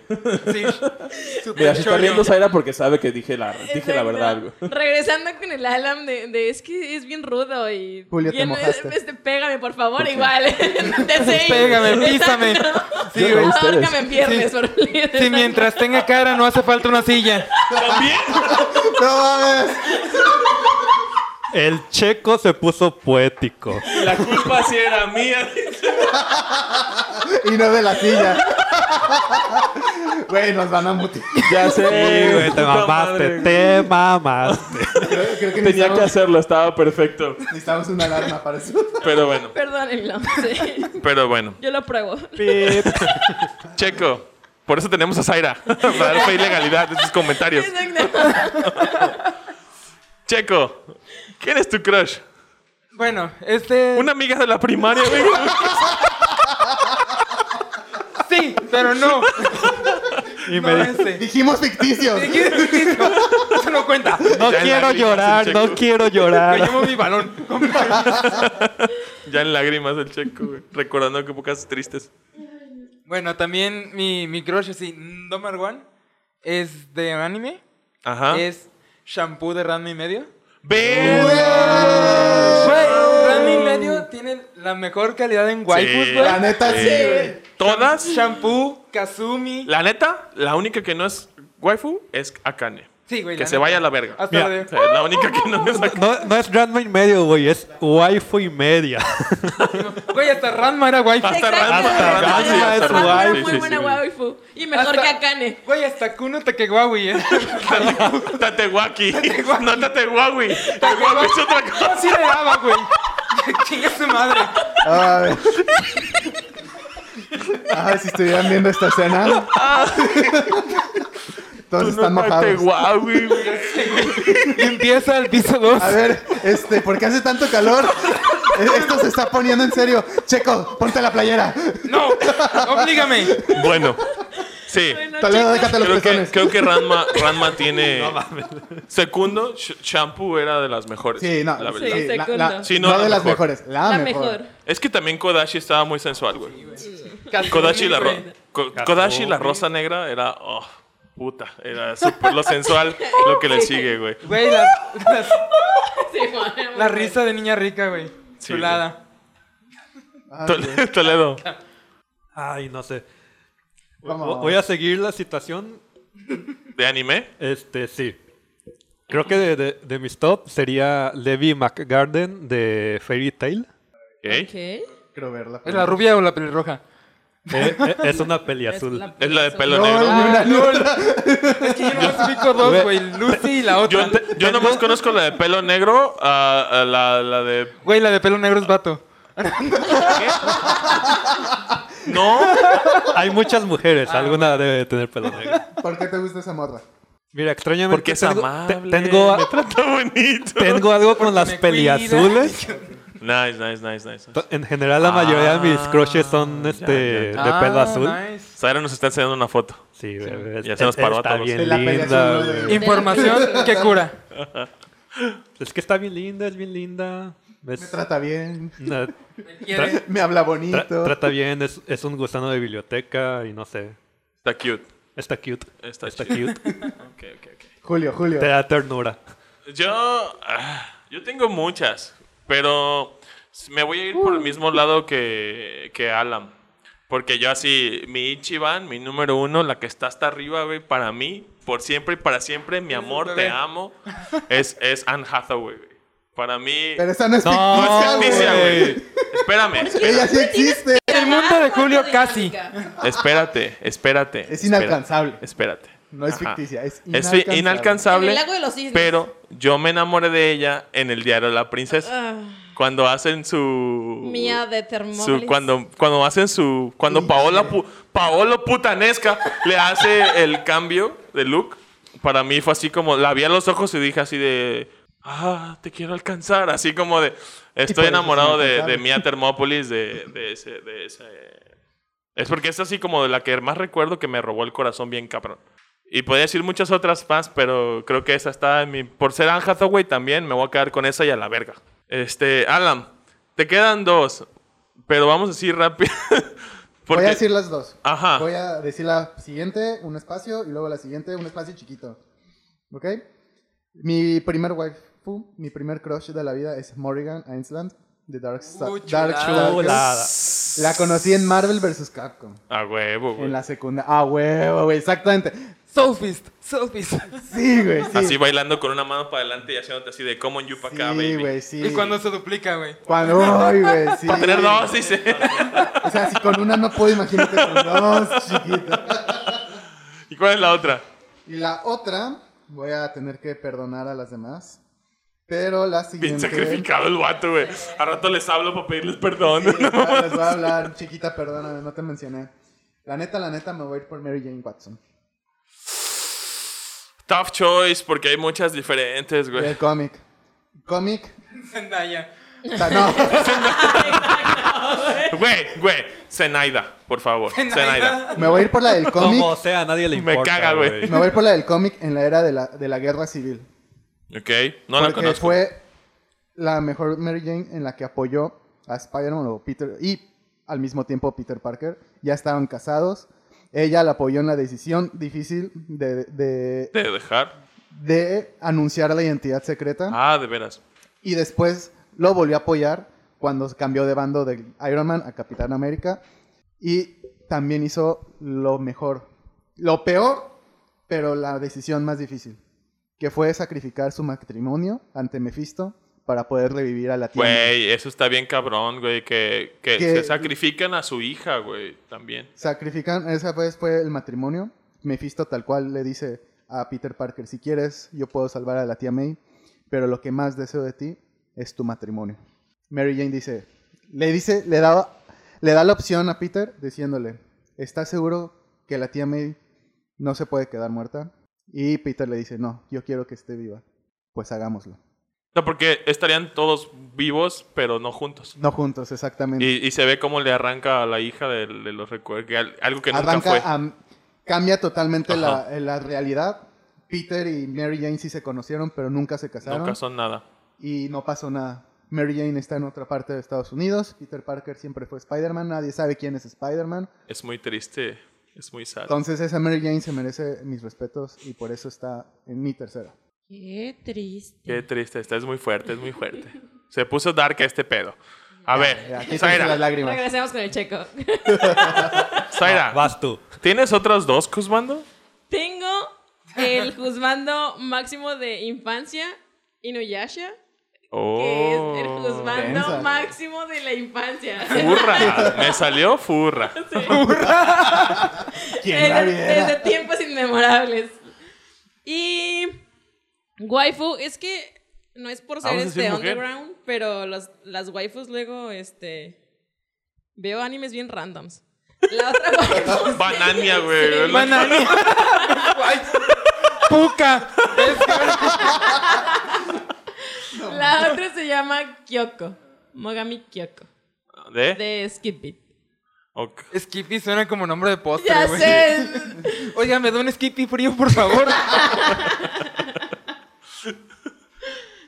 C: Sí.
H: Mira,
C: Super
H: se está
C: choreo.
H: riendo Zaira porque sabe que dije la, dije la
F: Exacto.
H: verdad, güey.
F: Regresando con el Alan de, de, es que es bien rudo y
D: Julio, te
F: bien,
D: mojaste.
F: este, pégame por favor igual. The same.
C: Pégame, písame.
F: Exacto.
C: Sí,
H: Yo
C: güey.
H: no. ustedes.
F: Ahórcame en viernes,
C: Sí.
F: por favor.
C: Si mientras tenga cara no hace falta una silla.
B: También.
D: ¡No mames!
E: El checo se puso poético.
B: La culpa sí era mía.
D: Y no de la silla. Güey, nos van a mutear.
H: Ya sé.
E: Sí, güey, te
H: puta
E: mamaste,
H: madre.
E: te mamaste.
D: Creo, creo que
H: Tenía que
D: necesitamos,
H: hacerlo, estaba perfecto.
D: necesitamos una alarma para eso.
B: Pero bueno,
F: Perdónenlo. sí.
B: pero bueno.
F: Yo lo pruebo.
B: Checo, por eso tenemos a Zaira. Para darle ilegalidad de sus comentarios. Checo, ¿quién es tu crush?
C: Bueno, este.
B: Una amiga de la primaria, güey.
C: Sí, pero no.
E: Y
C: No,
E: me dijo,
C: ese.
D: Dijimos ficticios.
C: Sí, sí, sí, no. Eso no cuenta.
E: no
B: Ya en
E: quiero
B: lágrimas,
E: llorar,
B: el
E: no
B: Checo.
E: quiero
H: Ah,
C: Me
E: llorar.
C: llevo mi balón.
B: Ya en lágrimas el Checo, güey. Recordando que épocas tristes.
C: Bueno, también mi, mi crush así, number one, es de anime.
B: Ajá.
C: Es shampoo de Ranma y medio.
B: ¡Verga!
C: Güey, Ranma y medio tiene la mejor calidad en waifus,
B: Sí.
C: güey.
D: La neta, sí,
B: Sí.
D: güey.
B: Todas.
C: Shampoo, Kazumi.
B: La neta, la única que no es waifu es Akane.
C: Sí, güey.
B: Que
C: la
B: se
C: neta. Ah,
B: vaya a la verga.
C: Hasta
E: Mira,
C: la
B: O
C: de-
B: sea, la única que no es Akane.
E: No, no es Ranma y medio, güey, es waifu y media.
C: Güey, hasta Ranma era waifu.
B: Hasta
F: Exacto.
B: Ranma,
E: hasta
B: Ranma,
E: Ranma
B: sí, hasta
E: es
B: Ranma,
E: waifu.
B: sí,
F: Muy
B: sí,
F: buena
B: sí.
F: waifu. Y mejor
C: Hasta-
F: que Akane.
C: Güey, hasta Kuno Takegawi, eh.
B: Tatewaki. No Tatewawi. Tatewawi es otra cosa.
C: No, sí le daba, güey. Chinga su madre.
D: Ah, A ver. Ay, si estuvieran viendo esta escena.
B: Ah.
D: Todos están mojados.
B: Tatewawi, güey.
C: Y empieza el piso 2.
B: Ah.
D: A ver, este, ¿por qué hace tanto calor? E- Esto se está poniendo en serio. Checo, ponte la playera.
C: No, oblígame.
B: Bueno. Sí.
F: Bueno,
D: Toledo,
F: chicos,
D: déjate los
B: Creo que,
D: pezones.
B: creo que Ranma, Ranma tiene. Segundo, Sh- Shampoo era de las mejores.
D: Sí, no.
B: la
D: sí,
B: verdad.
D: la-
F: segundo.
D: la-
B: Sí, no,
D: no
B: la
D: de las
B: mejor.
D: mejores. La,
F: La
D: mejor.
F: mejor.
B: Es que también Kodashi estaba muy sensual, güey. Kodashi la, ro- Ko- Kodashi la rosa negra era. Oh, puta. Era súper lo sensual lo que le sigue, güey.
C: Güey, las, las-
F: Sí, bueno,
C: la risa de niña rica, güey.
B: Sí,
C: Chulada.
B: Tol- Toledo.
E: Ay, no sé.
D: Vamos.
E: Voy a seguir la situación.
B: ¿De anime?
E: Este, sí. Creo que de, de- de mis top sería Levi McGarden de Fairy Tail.
B: Ok.
F: Ok.
D: Quiero verla.
C: ¿Es la rubia o la pelirroja?
E: Eh, eh, es una peli azul.
F: la-
B: Es la de pelo
D: No,
B: negro.
D: ni una, ni una.
C: Ah, Es que yo nomás ubico dos, güey. Lucy y la
B: Yo,
C: otra.
B: yo nomás conozco la de pelo negro, a- a la, la de...
C: Güey, la de pelo negro es vato.
B: No,
E: Hay muchas mujeres, alguna debe de tener pelo negro.
D: ¿Por qué te gusta esa morra?
E: Mira, extrañamente
B: porque es
E: tengo,
B: amable.
E: te- tengo,
B: me trata bonito.
E: tengo algo con las
C: me
E: peliazules.
B: Nice, nice, nice, nice.
E: To- En general, la mayoría de mis crushes son
B: Ah,
E: este,
B: ya,
E: de pelo
C: Ah,
E: azul.
C: nice.
B: Sara nos está enseñando una foto.
E: Sí, güey.
B: Ya
E: es-
B: se nos
E: es-
B: paró a
E: Está
B: todos.
E: bien
D: De la
E: linda,
D: peliazul,
E: güey.
D: güey.
C: Información que cura.
E: Es que está bien linda, es bien linda. Es-
D: Me trata bien.
E: na-
C: Quiere-
D: Me habla
E: tra-
D: bonito.
E: trata bien, es, es un gusano de biblioteca y no sé.
B: Está cute.
E: Está cute.
B: Está
E: Está
B: chido.
E: cute.
B: Ok, ok, ok.
D: Julio, Julio.
E: Te da ternura.
B: Yo... ah, yo tengo muchas, pero me voy a ir por el mismo lado que, que Alan. Porque yo así, mi Ichiban, mi número uno, la que está hasta arriba, güey, para mí, por siempre y para siempre, mi amor, te
C: bebé.
B: amo, es, es Anne Hathaway, güey. Para mí...
D: Pero esa no es
E: No,
D: ficticia,
B: es ficticia,
E: güey.
B: güey. Espérame,
D: Ella
B: espérate,
D: sí existe.
C: El mundo de Julio casi.
B: espérate, espérate.
D: Es inalcanzable.
B: Espérate.
D: No es
B: Ajá.
D: ficticia, es
B: Es fi-
D: inalcanzable.
B: inalcanzable,
F: En el lago de los cisnes.
B: pero yo me enamoré de ella en el diario La Princesa.
F: Ah,
B: Cuando hacen su...
F: Mía de Termópilas.
B: Su, cuando, cuando hacen su. Cuando Paola, pu- Paolo Putanesca le hace el cambio de look, para mí fue así como. La vi a los ojos y dije así de. Ah, te quiero alcanzar. Así como de.
D: por
B: Estoy
D: eso
B: enamorado
D: es
B: de, de
D: inalcanzable.
B: Mia Thermopolis, de, de ese, de ese- Es porque es así como de la que más recuerdo que me robó el corazón bien cabrón. Y podría decir muchas otras más, pero creo que esa está en mi. Por ser Anne Hathaway también, me voy a quedar con esa y a la verga. Este, Alan, te quedan dos, pero vamos así rápido.
D: Voy
B: porque-
D: a decir las dos.
B: Ajá.
D: Voy a decir la siguiente, un espacio, y luego la siguiente, un espacio chiquito. ¿Ok? Mi primer waifu, mi primer crush de la vida es Morrigan Ainsland de Dark, Sa-
C: Uh,
D: Dark
C: chulada.
D: Souls.
E: Chulada.
D: La conocí en Marvel vs. Capcom.
B: A huevo, güey.
D: En la secundaria. Ah, huevo, güey, exactamente.
C: Soulfist, Soulfist.
D: Sí, güey, sí.
B: Así bailando con una mano para adelante y haciéndote así de common you pa' acá,
D: Sí,
B: baby.
D: güey, sí.
C: Y cuando se duplica, güey.
D: Cuando, ay, güey, sí.
B: Para tener dos, dice.
D: O sea, si con una no puedo, imagínate con dos, chiquito.
B: ¿Y cuál es la otra?
D: Y la otra, voy a tener que perdonar a las demás. Pero la
B: Bien
D: siguiente.
B: sacrificado el guato, güey. A rato les hablo para pedirles perdón.
D: Sí, ya les voy a hablar, chiquita, perdóname, no te mencioné. La neta, la neta, me voy a ir por Mary Jane Watson.
B: Tough choice, porque hay muchas diferentes, güey.
D: El cómic. Cómic.
C: Zendaya.
D: o sea, no.
B: Güey, güey. Zenaida, por favor. Zenaida.
D: Me voy a ir por la del
E: Como
D: cómic.
E: sea, a nadie le
B: Me
E: importa.
B: caga, güey.
D: Me voy a ir por la del cómic en la era de la, de la guerra civil.
B: Ok, no la
D: porque
B: conozco.
D: fue la mejor Mary Jane en la que apoyó a Spider-Man o Peter y al mismo tiempo Peter Parker. Ya estaban casados. Ella la apoyó en la decisión difícil de, de,
B: ¿De dejar?
D: de anunciar la identidad secreta.
B: Ah, de veras.
D: Y después lo volvió a apoyar cuando cambió de bando de Iron Man a Capitán América. Y también hizo lo mejor. Lo peor, pero la decisión más difícil. Que fue sacrificar su matrimonio ante Mephisto para poder revivir a la tía. May.
B: Güey, eso está bien cabrón, güey. Que, que
D: Que-
B: se sacrifican a su hija, güey, también.
D: Sacrifican, esa vez fue el matrimonio. Mephisto tal cual le dice a Peter Parker, si quieres, yo puedo salvar a la tía May, pero lo que más deseo de ti es tu matrimonio. Mary Jane dice, le dice, le da, le da la opción a Peter diciéndole, ¿estás seguro que la tía May no se puede quedar muerta? Y Peter le dice, no, yo quiero que esté viva. Pues hagámoslo.
B: No, porque estarían todos vivos, pero no juntos.
D: No juntos, exactamente.
B: Y, y se ve cómo le arranca a la hija de, de los recuerdos, que al- algo que nunca
D: Arranca
B: fue.
D: a- cambia totalmente
B: Ajá.
D: la, la realidad. Peter y Mary Jane sí se conocieron, pero nunca se casaron
B: Nunca son nada.
D: y no pasó nada. Mary Jane está en otra parte de Estados Unidos. Peter Parker siempre fue Spider-Man. Nadie sabe quién es Spider-Man.
B: Es muy triste, es muy sad.
D: Entonces esa Mary Jane se merece mis respetos y por eso está en mi tercera.
F: Qué
B: Qué
F: triste.
B: triste, esta es muy fuerte, es muy fuerte. Se puso dark este pedo. A
D: Ya,
B: ver,
D: quítense Eh, las
B: Zaira,
D: lágrimas.
F: Regresemos con el checo.
B: Zaira,
E: Vas tú.
B: ¿tienes otros dos, Cusmando?
F: Tengo el juzgando máximo de infancia, Inuyasha, que es el
B: Oh.
F: juzgando
D: Piensa.
F: máximo de la infancia.
B: Furra, me salió furra.
D: ¿Quién la
F: desde,
D: viera?
F: desde tiempos inmemorables. Y waifu, es que no es por ser
B: Ah, Vamos a decir
F: este
B: mujer.
F: underground, pero los- las waifus luego este veo animes bien randoms. La otra waifu
B: Banania, güey.
C: Banania. Guay. Puka.
F: La otra se llama Kyoko. Mogami Kyoko.
B: ¿De?
F: De Skip Beat.
B: Ok.
C: Skippy suena como nombre de postre,
F: Ya
C: güey.
F: sé.
C: Oiga, me da un Skippy frío, por favor.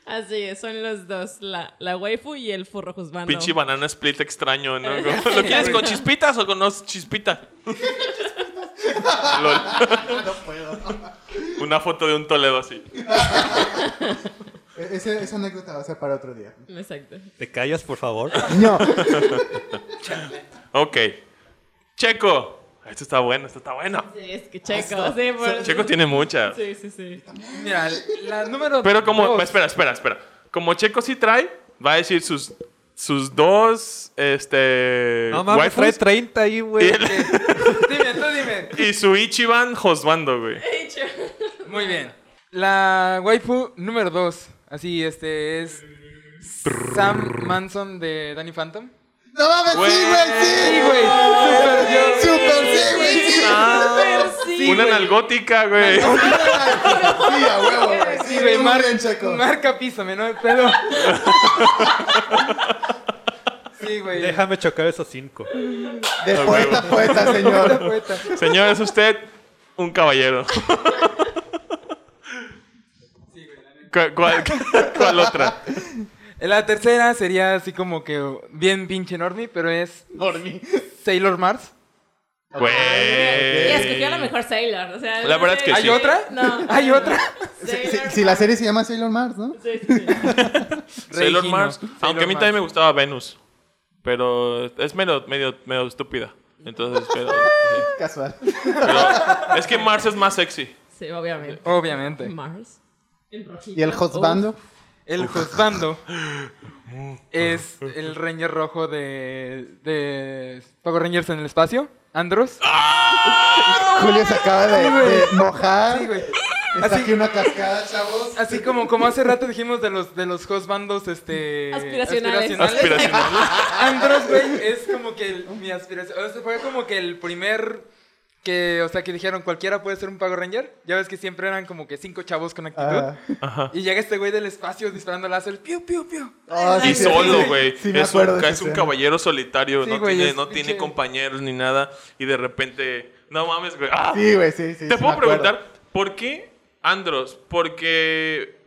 F: Así es, son los dos. La, la waifu y el furro juzgando.
B: Pinche banana split extraño, ¿no? Como, ¿Lo quieres con chispitas o con no chispita? Lol. Una foto de un Toledo así.
D: E- ese- esa anécdota va a ser para otro día.
F: Exacto.
E: ¿Te callas, por favor?
D: No,
B: Ok. Checo. Esto está bueno, esto está bueno.
F: Sí, es que Checo. Sí, por...
B: Checo tiene muchas.
F: Sí, sí, sí.
C: Mira, la número
B: Pero como...
C: dos.
B: Espera, espera, espera. Como Checo sí trae, va a decir sus, sus dos, este...
E: No mames, trae
B: waifus
E: 30 ahí, güey.
C: Este, Dime, tú dime.
B: y su Ichiban Josbando, güey.
C: Muy bien. La waifu número 2. Así, este es. Sam Manson de Danny Phantom. Oh,
D: no mames, sí, güey, sí.
C: Sí, güey. Super yo.
D: Super sí, güey, sí.
B: Ah,
F: Sí,
B: una
F: güey.
B: nalgótica, güey.
D: Sí, a huevo, güey. Sí,
C: Sí, güey.
D: muy
C: Mar
D: bien, Checo.
C: marca piso, ¿no? El pedo. Sí,
D: Ah,
C: güey.
E: Déjame chocar esos 5.
D: De poeta a poeta,
C: Pura
D: señor.
C: poeta.
B: Señor, es usted un caballero. ¿Cu- ¿Cuál, cuál otra?
C: La tercera sería así como que bien pinche normie, pero es
D: Por mí.
C: Sailor Mars.
F: Y
B: Güey.
F: escogió a la mejor Sailor. O sea,
B: Eh, La verdad es que
C: ¿Hay
B: sí.
C: otra?
F: No.
C: ¿Hay otra?
D: Si,
F: Sailor
D: si- si la serie se llama Sailor Mars, ¿no?
F: Sí, sí, sí.
B: Sailor
C: Regino,
B: Mars.
C: Sailor
B: Aunque a mí
C: Mars.
B: también me gustaba Venus. Pero es medio, medio, medio estúpida. Entonces, pero, sí.
D: Casual.
B: Pero Es que Mars es más sexy.
F: Sí, obviamente.
C: Obviamente.
F: Mars. El rojito.
D: Y el
C: Oh.
D: husbando.
C: El juzgando es el Ranger rojo de, de Power Rangers en el espacio. Andros.
D: Ah. Julio se acaba de, de mojar.
C: Sí, güey.
D: Está
C: Así-
D: aquí una cascada, chavos.
C: Así como, como hace rato dijimos de los de los husbandos este
F: Aspiracionales.
B: Aspiracional.
C: Andros, güey, es como que el- mi aspiración. O sea, fue como que el primer que, o sea, que dijeron cualquiera puede ser un Power Ranger. Ya ves que siempre eran como que cinco chavos con actitud.
D: Ah.
C: Y llega este güey del espacio disparando láser, piu, piu, piu.
D: Ah, sí,
B: Y
D: sí,
B: solo,
D: sí.
B: güey.
D: Sí, me
B: es
D: acuerdo
B: un,
D: de esa
B: es un
D: escena.
B: caballero solitario.
C: Sí,
B: no
C: güey,
B: tiene,
C: es
B: no tiene
C: pinche-
B: compañeros ni nada. Y de repente. No mames, güey. ¡Ah!
D: Sí, güey, sí,
B: Te
D: sí. sí,
B: puedo
D: me acuerdo.
B: preguntar, ¿por qué Andros? Porque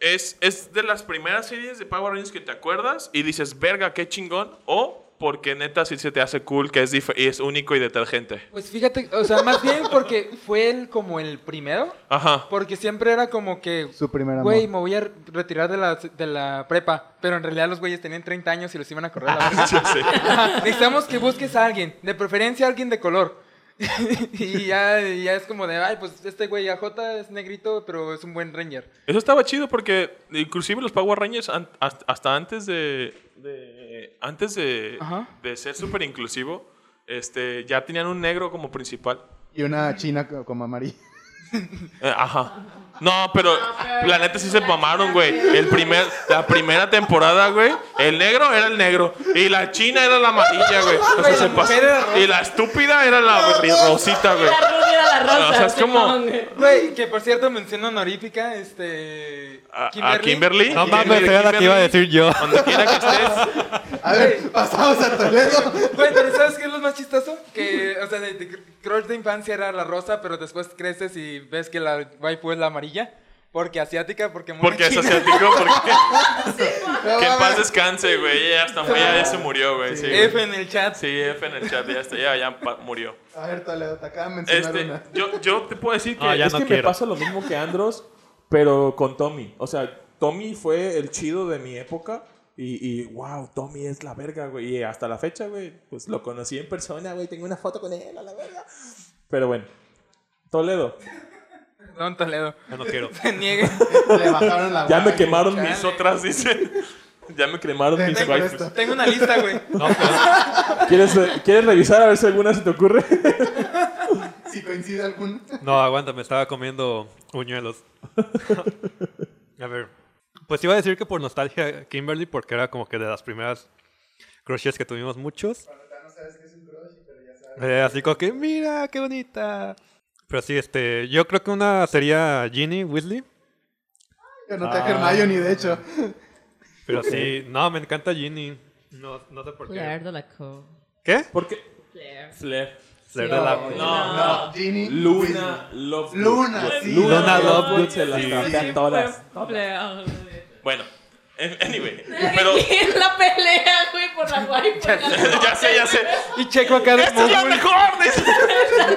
B: es, es de las primeras series de Power Rangers que te acuerdas y dices, verga, qué chingón. O porque neta sí se te hace cool, que es, dif- y es único y detergente.
C: Pues fíjate, o sea, más bien porque fue el, como el primero.
B: Ajá.
C: Porque siempre era como que,
D: Su primera
C: güey, me voy a retirar de la, de la prepa. Pero en realidad los güeyes tenían 30 años y los iban a correr a la verga.
B: Ya sé.
C: Ajá, Necesitamos que busques a alguien, de preferencia alguien de color. y ya, y ya es como de, ay, pues este güey AJ es negrito, pero es un buen ranger.
B: Eso estaba chido porque inclusive los Power Rangers an- hasta hasta antes de, de- antes de,
C: Ajá.
B: de ser súper inclusivo, este, ya tenían un negro como principal.
D: Y una china co- como amarilla.
B: Eh, ajá. No, pero la neta sí se mamaron, güey. El primer, la primera temporada, güey, el negro era el negro y la china era la amarilla, güey. O sea,
C: la
B: se
C: mujer era
B: pasó.
C: rosa.
B: Y la estúpida era la ri- rosita, güey.
F: La rubia era la rosa.
B: O sea, es como-
F: Simón, güey.
C: Güey, que por cierto menciona honorífica, este...
B: A a Kimberly.
E: No mames,
B: Kimberly,
E: era la que iba a
B: Kimberly,
E: decir yo.
B: Donde quiera que estés.
D: A ver, pasamos a Toledo.
C: Güey, pero ¿sabes qué es lo más chistoso? Que, o sea, de, de crush de infancia era la rosa, pero después creces y ves que la waifu es la amarilla. Porque asiática, porque muy
B: Porque es
C: china.
B: asiático, porque.
D: No,
B: Que en
D: mames.
B: paz descanse, güey. Ella hasta ella ya se murió, güey. Sí,
C: F
B: güey.
C: en el chat.
B: Sí, F en el chat, ya está, ya, ya pa- murió.
D: A ver, Toledo, te acaban de mencionar
B: Este,
D: una.
B: yo, yo te puedo decir que
E: Ah, ya
H: es
E: no
H: que me
E: quiero.
H: pasa lo mismo que Andros, pero con Tommy. O sea, Tommy fue el chido de mi época. Y, y wow, Tommy es la verga, güey. Y hasta la fecha, güey, pues lo conocí en persona, güey. Tengo una foto con él, a la verga. Pero bueno, Toledo,
C: Perdón, Toledo.
E: Ya no quiero.
C: Se niegue.
D: Le bajaron la
H: ya me
D: guardia.
H: quemaron
C: chale.
H: mis otras, dice. Ya me quemaron
D: Ven,
H: mis
D: ven con
H: waifus.
D: esto.
C: Tengo una lista, güey.
E: No, pero
H: ¿Quieres, eh, ¿Quieres revisar a ver si alguna se te ocurre?
D: Si coincide alguna.
E: no, aguanta, me estaba comiendo uñuelos. A ver. Pues iba a decir que por nostalgia Kimberly, porque era como que de las primeras crushes que tuvimos muchos. Eh, así como que, mira, qué bonita. Pero sí, este, yo creo que una sería Ginny Weasley.
D: Yo
E: Ah.
D: no traje Hermione, de hecho.
E: Pero sí, no, me encanta Ginny. No, no sé por qué.
F: Claire de la Co.
E: ¿Qué?
H: Porque.
F: Claire.
H: Flair.
E: Claire de la-
B: No,
D: No, Ginny.
H: Luna Love.
D: Luna, sí.
H: Luna
E: Luna
H: Lovegood
E: Lovegood,
H: se las
E: sí.
H: cambian
F: Sí,
H: todas.
F: fue Flair, güey.
B: Bueno, en- anyway. Pero
F: ¿Quién la pelea, güey, por la guay?
B: ya sé, ya sé.
C: Y checo acá de
B: ¡Esta es la
C: Mugul,
B: mejor! dice.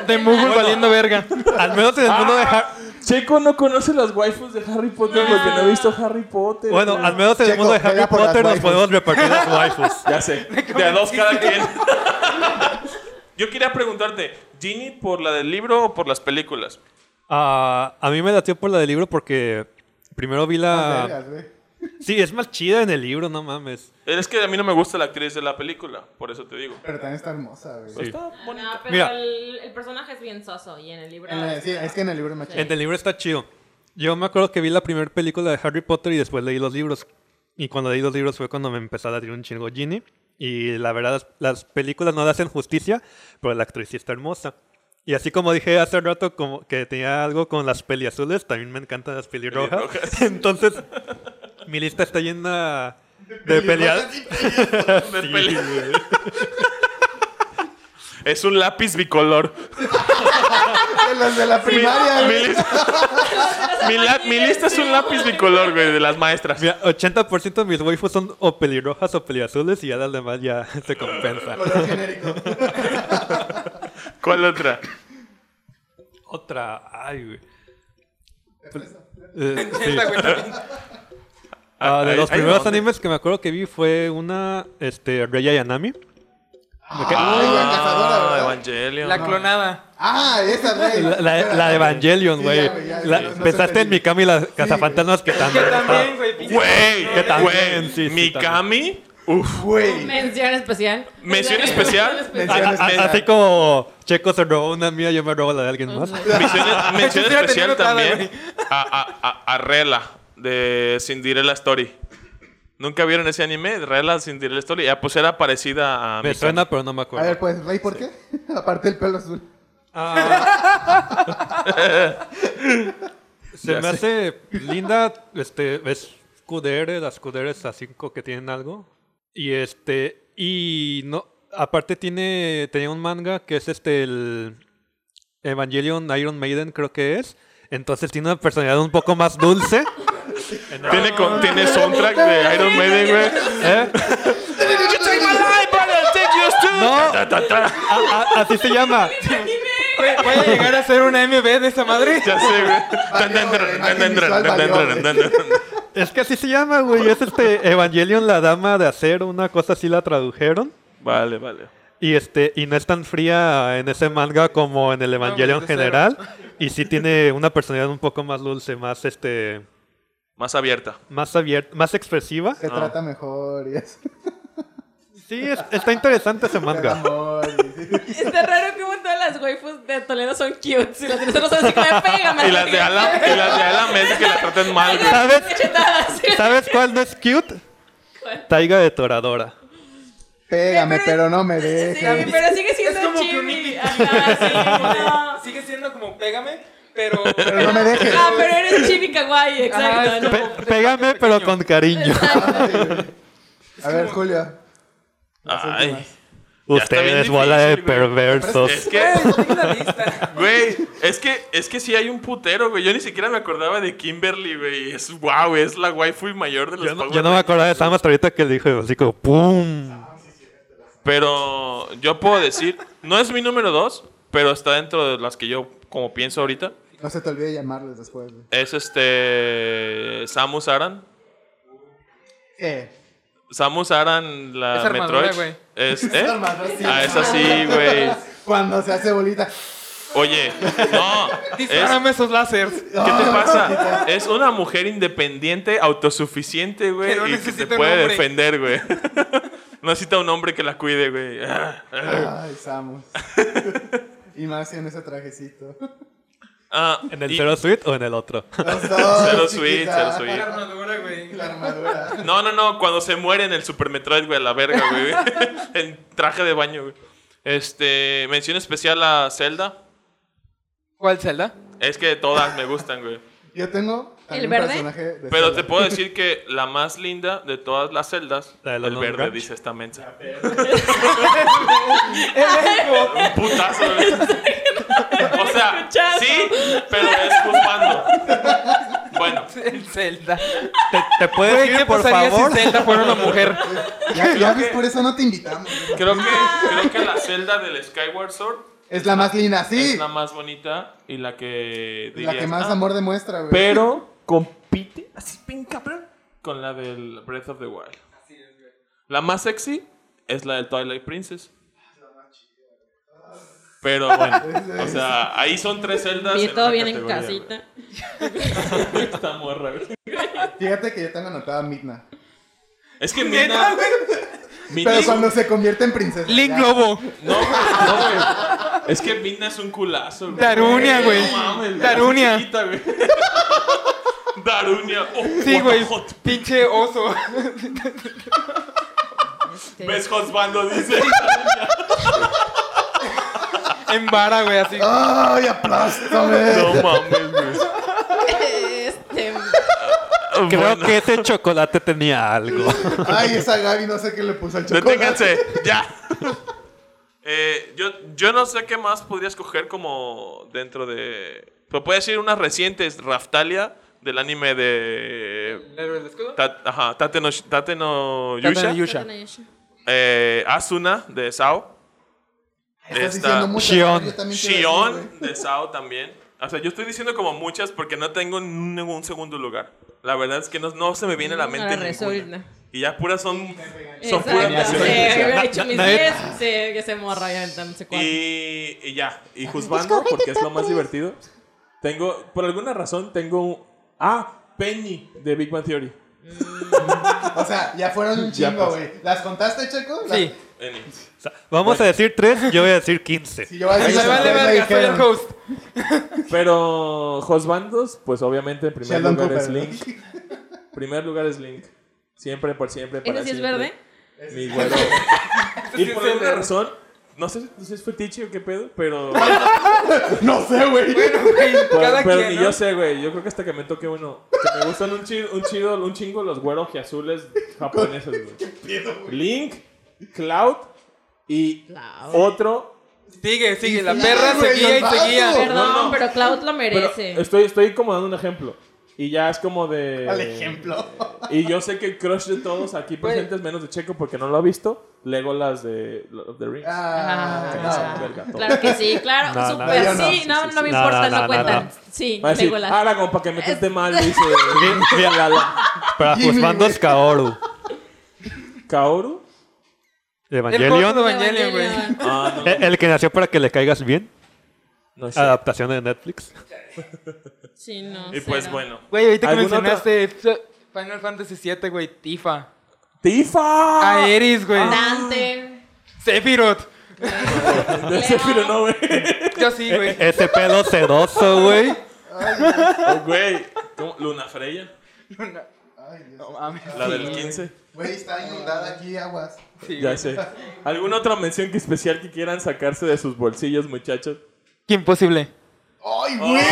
C: de Mugul valiendo verga.
E: Al menos en el mundo de Harry.
H: Checo no conoce las waifus de Harry Potter porque
C: Ah.
H: no ha visto Harry Potter.
E: Bueno, al menos en el
D: Checo,
E: mundo de Harry
D: vela por las
E: Potter nos
D: waifus.
E: podemos repartir las waifus.
H: Ya sé.
B: De a dos cada quien. Yo quería preguntarte, ¿Ginny por la del libro o por las películas?
E: Ah, a mí me latió por la del libro porque primero vi la.
D: Vergas, güey.
E: Sí, es más chida en el libro, no mames.
B: Es que a mí no me gusta la actriz de la película, por eso te digo.
D: Pero también está hermosa, güey.
E: Sí.
B: Está bonita.
F: No, pero
E: Mira.
F: El, el personaje es bien soso y en el libro.
D: En la- sí, es que en el libro me
E: En el libro está chido. Yo me acuerdo que vi la primera película de Harry Potter y después leí los libros. Y cuando leí los libros fue cuando me empezó a latir un chingo Ginny. Y la verdad, las- las películas no le hacen justicia, pero la actriz sí está hermosa. Y así como dije hace rato como que tenía algo con las peliazules, también me encantan las pelirrojas.
B: Pelirrojas.
E: Entonces, mi lista está llena de peleas.
B: De peli- es un lápiz bicolor.
D: De los de la primaria,
B: mi,
D: güey.
B: lista, mi la- mi lista es un lápiz bicolor, güey, de las maestras.
E: Mira, 80% de mis waifus son o pelirrojas o peliazules y ya las demás ya se compensa.
D: Color genérico.
B: ¿Cuál otra?
E: Otra. Ay, güey. Eh, sí. Ah, de
B: Hay-
E: los
B: hay
E: primeros
B: otra.
E: animes que me acuerdo que vi fue una, este, Reya Yanami.
D: Ay, la cazadora,
B: Ah,
D: ¿verdad?
B: Evangelion.
C: La clonada.
D: Ah, esa güey.
E: La, la- la de Evangelion,
D: Sí,
E: güey.
D: ya, ya,
E: La-
D: sí, no se
E: Pensaste en
D: entendí.
E: Mikami las cazafantasmas que
C: Que
E: también.
C: también, güey. pinche-
B: Güey,
E: Que también,
B: güey,
E: sí, sí,
B: Mikami. Uf,
D: Güey.
F: Mención especial.
B: Mención especial.
E: Ah, ah, ah, así como Checo se robó una mía, yo me robo la de alguien más.
B: mención, mención
C: Sí, la tenía
B: especial
C: anotada,
B: también
C: güey.
B: a, a- a- a Rela de Cinderella Story. ¿Nunca vieron ese anime? Rela Cinderella Story. Ya, pues era parecida a
E: Me
B: Mikami.
E: suena, pero no me
D: A ver,
E: acuerdo.
D: pues, Rey, ¿por qué? Aparte del pelo azul.
E: Se me hace linda, este, es Kudere, las Kuderes a 5 que tienen algo. Y este, y no, aparte tiene, tenía un manga que es este, el Evangelion Iron Maiden creo que es. Entonces tiene una personalidad un poco más dulce.
B: Tiene, con, tiene soundtrack de Iron Maiden, güey.
E: ¿eh?
B: You take my life, but I'll take yours too.
E: No.
B: Ta, ta, ta.
E: A- a- así se llama.
C: Güey, Voy a llegar a hacer una MB de esa madre.
B: Ya sé, güey. Tan, tan, tan, tan, tan, tan, tan, tan, tan, tan, tan.
E: Es que así se llama, güey. Es este Evangelion, la dama de acero, una cosa así la tradujeron.
B: Vale, vale.
E: Y este, y no es tan fría en ese manga como en el Evangelion
C: de cero.
E: general. Y sí tiene una personalidad un poco más dulce, más este,
B: Más abierta.
E: más abierta, más expresiva.
D: Se trata mejor y eso.
E: Sí, es- está interesante ese
D: El
E: manga.
D: amor. y-
F: Está raro como todas las waifus de Toledo son cute. Si las de nosotros son así que me pega,
B: Y las de Alam, y las de Alam es que la tratan mal, güey.
E: ¿Sabes?
F: Chetadas.
E: ¿Sabes cuál no es cute?
F: ¿Cuál?
E: Taiga de Toradora.
D: Pégame,
F: Pero-
D: pero no me
F: Sí,
D: dejes.
F: pero sigue siendo
C: Es como que un
F: chibi.
C: indie.
F: Ajá, sí, no.
C: Sigue siendo como pégame, pero.
D: Pero no me dejes.
F: Ah, pero eres chibi kawaii,
C: Ajá, es
F: exacto.
C: como-
F: ¿no?
E: Pe- pégame, pero con cariño.
D: A ver, Julio. las
B: Ay.
D: últimas.
B: Ya está bien
E: Ustedes,
B: difícil,
E: bola de
B: güey. Es
E: perversos.
B: que,
C: Güey, tengo la lista.
B: güey, es que, es que sí hay un putero, güey. Yo ni siquiera me acordaba de Kimberly, güey. Es wow, es la waifu mayor de los
E: Yo no,
B: Power
E: yo no me
B: Rangers.
E: acordaba de Sam hasta ahorita que dijo así como ¡pum!
B: Pero yo puedo decir, no es mi número dos, pero está dentro de las que yo, como pienso ahorita,
D: No se te olvide llamarles después. güey.
B: es este. Samus Aran.
D: Eh.
B: Samus Aran, la
C: Es armadura,
B: Metroid.
C: güey.
B: Es, ¿eh?
D: Esa armadura sí.
B: Ah, es así, güey.
D: Cuando se hace bolita.
B: Oye, no. es-
C: Disparame esos lásers.
B: ¿Qué te pasa? Es una mujer independiente, autosuficiente, güey,
C: Que no
B: y que
C: necesita
B: se
C: un
B: puede
C: hombre.
B: defender, güey. No necesita un hombre que la cuide, güey. Ah, ah.
D: Ay, Samus. y más en ese trajecito.
B: Ah,
E: ¿En el
B: y-
E: Zero Suite o en el otro?
D: Los dos,
B: Cero Suite,
D: chiquita.
B: Cero Suite.
C: armadura, güey.
D: La armadura.
B: No, no, no, cuando se muere en el Super Metroid, güey, a la verga, güey. en traje de baño, güey. Este, mención especial a Zelda.
C: ¿Cuál celda?
B: Es que todas me gustan, güey.
D: Yo tengo
F: ¿El
D: un
F: verde?
D: personaje de
B: Pero
D: Zelda.
B: te puedo decir que la más linda de todas las celdas,
E: La de
B: el
E: los
B: verde,
E: Ranch.
B: dice esta mensa.
C: ¡El elfo!
B: Un putazo, güey. O sea,
F: escuchado.
B: sí, pero es culpando. Bueno,
C: El celda.
E: ¿Te, te puedes
C: Güey, ¿qué
E: ir, por
C: pasaría
E: favor?
C: si Zelda fuera una mujer?
D: Ya, ya ves, por eso no te invitamos.
B: creo que, creo que la celda del Skyward Sword
D: Es la más linda, sí.
B: es la más bonita y la que
D: La
B: dirías,
D: que más
B: "Ah,
D: amor demuestra, güey.
B: Pero compite así bien cabrón con la del Breath of the Wild. La más sexy es la del Twilight Princess. Pero bueno, o sea, ahí son tres celdas.
F: Y
B: en
F: todo
B: una
F: bien en
B: categoría, güey.
F: casita.
B: Esta morra, güey.
D: Fíjate que yo tengo anotada Midna.
B: Es que Mina. Mina
D: Pero
B: es un-
D: cuando se convierte en princesa.
C: Link
D: ya.
C: Globo.
B: No, güey, no, güey. Es que Mina es un culazo, güey.
C: Darunia, güey.
B: No mames, güey.
C: Darunia.
B: Es chiquita, güey. Darunia. Oh,
C: Sí,
B: what
C: güey.
B: a hot-
C: Pinche oso.
B: Ves Josbando, dice.
C: En vara, güey, así.
D: ¡Ay, aplástame!
B: No mames, güey.
F: Este.
E: Creo
B: Bueno,
E: que ese chocolate tenía algo.
D: Ay, esa Gaby, no sé qué le puso al chocolate.
B: Deténganse, ya. Eh, yo, yo no sé qué más podría escoger como dentro de. Pero puede decir unas recientes. Raftalia, del anime de.
C: ¿El escudo?
B: Ta- ajá, Tate no, Tate no Yusha.
C: Yusha.
B: Eh, Asuna, de Sao.
D: Estás
B: Está
D: diciendo mucho.
E: Shion.
B: Shion de Sao también. O sea, yo estoy diciendo como muchas porque no tengo ningún segundo lugar. La verdad es que no, no se me viene a la
F: Ahora
B: mente ninguna.
F: resulta.
B: Y ya puras son, son
F: Exacto.
B: puras
F: Sí,
B: diferencias.
F: hubiera hecho mis
E: Nadie-
F: 10, sí, que se morra ya, entonces, ¿cuál?
B: Y, y ya.
H: Y juzgando, porque es lo
D: pues.
H: más divertido. Tengo, por alguna razón, tengo un... Ah, Penny de Big Bang Theory.
D: O sea, ya fueron un
H: Ya,
D: chingo,
H: pues.
D: güey. ¿Las contaste, Checo? Las-
C: Sí.
B: Penny.
E: O sea, vamos a decir tres, yo voy a decir 15.
D: Si yo voy a
C: Me
D: decir las
C: vale
D: tres,
C: verga, soy
D: dijeron.
C: el host.
H: Pero Josbandos, pues obviamente en primer
D: Sheldon
H: lugar es
D: Cooper.
H: Link. primer lugar es Link. Siempre, por siempre, para
F: ¿Ese sí es
H: siempre.
F: verde?
H: Mi güero. y
C: sí
H: por
C: es
H: alguna
C: verde.
H: razón, no sé si es fetiche o qué pedo, pero...
D: No sé, güey.
H: Pero,
C: Cada
H: pero
C: quien,
H: ni
C: ¿no?
H: yo sé, güey. Yo creo que hasta que me toque uno. Que me gustan un, chido, un, chido, un chingo los güeros azules japoneses, güey. Link, Cloud y
F: Cloud.
H: otro.
C: Sigue, sigue. La
D: Sí,
C: perra
D: güey,
C: seguía y
D: los
C: seguía.
D: vatos.
F: Perdón,
H: no, no.
F: pero Cloud lo
H: Pero
F: merece.
H: estoy, estoy como dando un ejemplo. Y ya es como de.
D: Al ejemplo.
H: Y yo sé que el crush de todos aquí
C: Güey.
H: presentes, menos de Checo porque no lo ha visto, Legolas de Lord of the Rings.
F: Ah,
H: no, verga, todo.
F: claro que sí, claro,
E: No, no,
F: super
D: yo no.
F: sí, no, no, me
E: No,
F: importa,
E: no,
F: no,
E: no,
F: cuenta.
E: no.
F: Sí,
H: Va a decir, "Ah,
F: Legolas.
H: Aragorn, para que me trate mal, dice.
E: Bien, bien. Para
D: Jimmy,
E: Juzbandos
D: güey.
E: Kaoru.
H: Kaoru.
C: El host de
E: Evangelion.
C: Evangelion, güey.
H: Ah, no,
E: El, el que nació para que le caigas bien.
H: no
B: Ah.
H: sé.
E: Adaptación de Netflix.
F: Sí, no.
B: Y pues
F: cero.
B: bueno.
C: Güey, ahorita que
H: ¿Alguna
C: mencionaste Final Fantasy VII, güey. Tifa.
H: ¡Tifa!
C: Aeris, güey.
F: Ah. Dante.
C: Sephiroth.
H: De ese pero no, güey.
C: Yo sí,
E: E-
C: güey.
E: e- ese pelo sedoso, güey.
H: Oh, Güey. ¿Cómo? Luna Freya.
C: No mames.
B: La
C: sí,
B: del 15.
D: Güey, está inundada aquí, aguas.
C: sí,
H: Ya
C: güey.
H: sé. ¿Alguna otra mención que especial que quieran sacarse de sus bolsillos, muchachos?
C: Imposible.
D: ¡Ay, güey!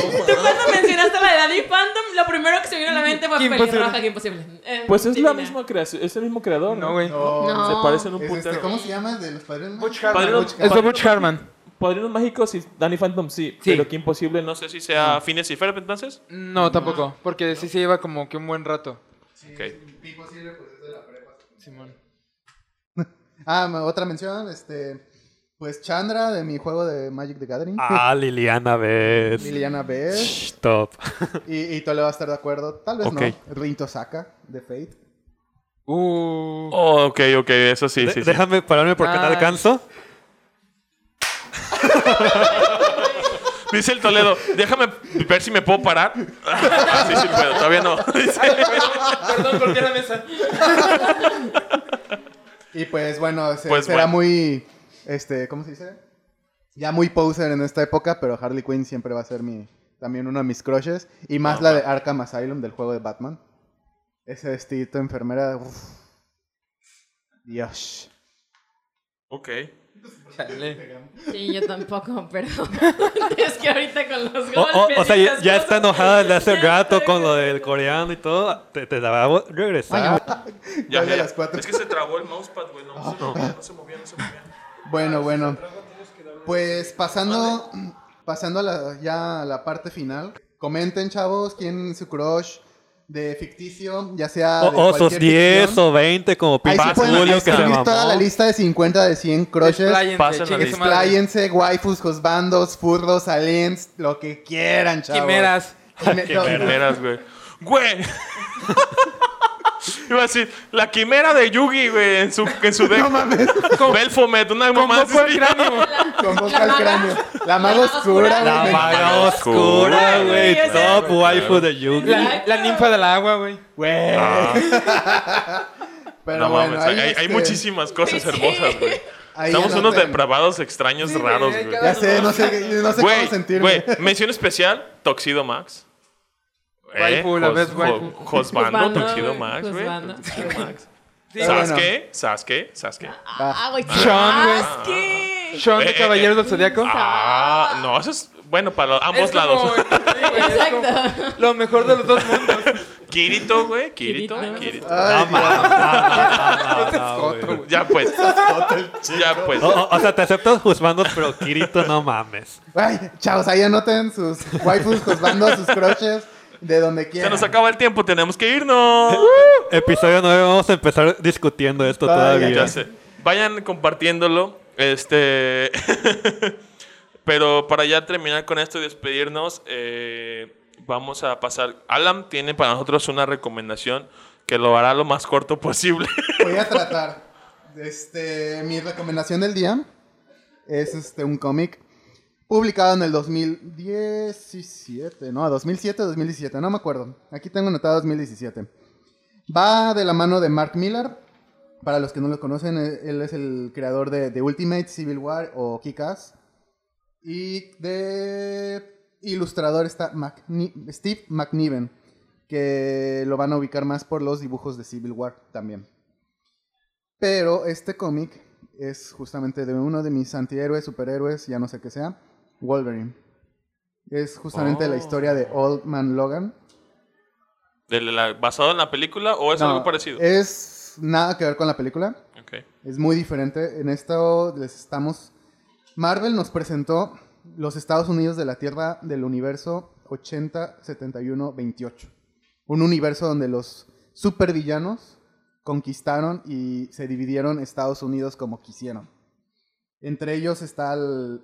F: Tú cuando mencionaste la de Daddy Phantom, lo primero que se vino a la mente fue
C: Imposible.
F: pelirroja, que imposible. Eh,
H: Pues es
F: divina.
H: la misma creación, es el mismo creador, ¿no?
C: No, güey.
D: No.
H: Se parecen un
D: Es este,
H: puntero.
D: ¿Cómo se llama el de los padres? no?
C: Butch
H: Padre-
C: Harman.
H: Padrinos,
C: Es de Butch Harman.
H: Padrinos Mágicos y Danny Phantom, sí,
C: Sí.
H: Pero que imposible no
B: No
H: sé.
B: sé si sea Fines y Ferb entonces.
C: No, tampoco. Porque sí se lleva como que un buen rato.
B: Ok.
D: Pipo sirve, pues, es de la prepa.
C: Simón.
D: Ah, ma- otra mención, este... Pues Chandra de mi juego de Magic the Gathering.
E: Ah, Liliana ves.
D: Liliana Bess.
E: Shh, Top.
D: Y, y Tole va a estar de acuerdo. Tal vez
E: Ok.
D: no. Rinto Saka, de Fate.
C: Uh.
B: Oh, ok, ok, eso sí,
E: De-
B: sí. sí.
E: Déjame pararme porque no
C: Ay.
E: alcanzo.
B: Dice el Toledo, déjame ver si me puedo parar. Ah, sí, sí puedo, todavía no. Dice,
C: Perdón, golpeé la mesa.
D: Y pues bueno, se-
B: Pues,
D: será
B: bueno.
D: muy. Este, ¿Cómo se dice? Ya muy poser en esta época, pero Harley Quinn siempre va a ser mi también uno de mis crushes. Y más la de Arkham Asylum del juego de Batman. Ese vestidito de enfermera. uf. Dios.
B: ok.
C: Chale.
F: Sí, yo tampoco, pero es que ahorita con los golpes.
E: O, o- o sea,
F: y
E: ya,
F: esas
E: ya
F: cosas-
E: está enojada desde hace
F: Ya
E: rato
F: estoy-
E: con lo del coreano y todo. Te, te la va a regresar.
B: Ya,
D: ¿Cuál
B: ya,
D: de
B: ya.
D: las cuatro?
B: Es que se trabó el mousepad, güey. No, se movía, no se movía, no se movía. Ah,
D: Bueno, bueno. Pues pasando, pasando a la- ya a la parte final. Comenten, chavos, quién su crush de ficticio, ya sea.
E: O,
D: de
E: o sus
D: cualquier
E: 10
D: ficción.
E: o 20 como
D: Ahí sí
E: Pipas
D: pueden
E: Julio que se
D: escribir toda la
E: mamó.
D: lista de 50 de 100 crushes.
C: Expláyense,
B: Pasen la
C: chingue su
B: lista.
C: madre.
D: Expláyense, waifus, josbandos, furros, aliens, lo que quieran, chavos.
C: Quimeras.
D: Quime- no,
B: Quimeras, güey. ¡Güey! Iba a decir, la quimera de Yugi, güey, en su, en su deck.
D: No mames,
B: Belfomet, una
C: Con
B: mamá
C: Goku al
B: así.
C: cráneo.
D: con boca al cráneo. La maga oscura,
E: La
D: güey.
E: maga oscura, güey.
F: Güey, o sea,
E: Top waifu de Yugi.
C: La, la ninfa del agua, güey.
D: Güey. Pero
B: No
D: bueno,
B: mames,
D: ahí,
B: hay, hay
D: este,
B: muchísimas cosas
F: Sí, sí.
B: hermosas, güey.
D: ahí
B: Estamos
D: anoten.
B: unos depravados extraños
C: Sí, güey,
B: raros,
C: hay
B: güey.
C: cada-
D: Ya sé, no sé, qué- no sé
B: Güey,
D: cómo sentirme.
B: güey, mención especial, Toxido Max. Eh,
C: Waifu, la
B: Jos-
C: best
B: Jo-
C: waifu.
B: Josbando,
F: Josbando,
B: Toxido
F: güey,
B: Max, güey.
F: Josbando.
B: Toxido Max.
C: Sí,
D: Pero bueno.
B: Sasuke, Sasuke, Sasuke.
F: Ah, güey.
C: Sean, güey.
F: Sasuke.
C: Sean
B: Eh,
C: de
B: eh,
C: Caballeros del Zodíaco.
B: Ah, no, eso es bueno para los- ambos
C: Es como-
B: lados.
C: sí, güey,
H: Ah,
C: es como
F: Exacto.
C: Lo mejor de los dos mundos.
B: Kirito, güey, Kirito,
F: Kirito.
B: Kirito.
D: Ay, Dios.
E: Ah, no, güey.
C: Otro, güey.
B: Ya pues. ya pues.
E: O, o- o sea, te acepto juzgando, pero Kirito no mames.
D: Ay, chavos, ahí anoten sus waifus, sus bandos, sus crushes, de donde
B: Se
D: quieran.
B: nos acaba el tiempo, tenemos que
E: Ah.
B: irnos.
E: Episodio 9, vamos a empezar discutiendo esto
D: Todavía.
E: todavía.
B: ya sé. Vayan compartiéndolo. Este. Pero para ya terminar con esto y despedirnos, eh, vamos a pasar. Alan tiene para nosotros una recomendación que lo hará lo más corto posible.
D: Voy a tratar. Este, mi recomendación del día es este, un cómic publicado en el 2017, no, 2007, 2017, no me acuerdo. Aquí tengo anotado 2017. Va de la mano de Mark Miller. Para los que no lo conocen, eh, él es el creador de The Ultimate, Civil War o Kick-Ass. Y de ilustrador está McNi- Steve McNiven, que lo van a ubicar más por los dibujos de Civil War también. Pero este cómic es justamente de uno de mis antihéroes, superhéroes, ya no sé qué sea, Wolverine. Es justamente la historia de Old Man Logan.
B: De la- ¿Basado en la película o es
D: No,
H: Ah.
B: algo parecido?
D: Es nada que ver con la película.
B: Ok.
D: Es muy diferente. En esto les estamos. Marvel nos presentó los Estados Unidos de la Tierra del universo 80, 71, 28. Un universo donde los supervillanos conquistaron y se dividieron Estados Unidos como quisieron. Entre ellos está el,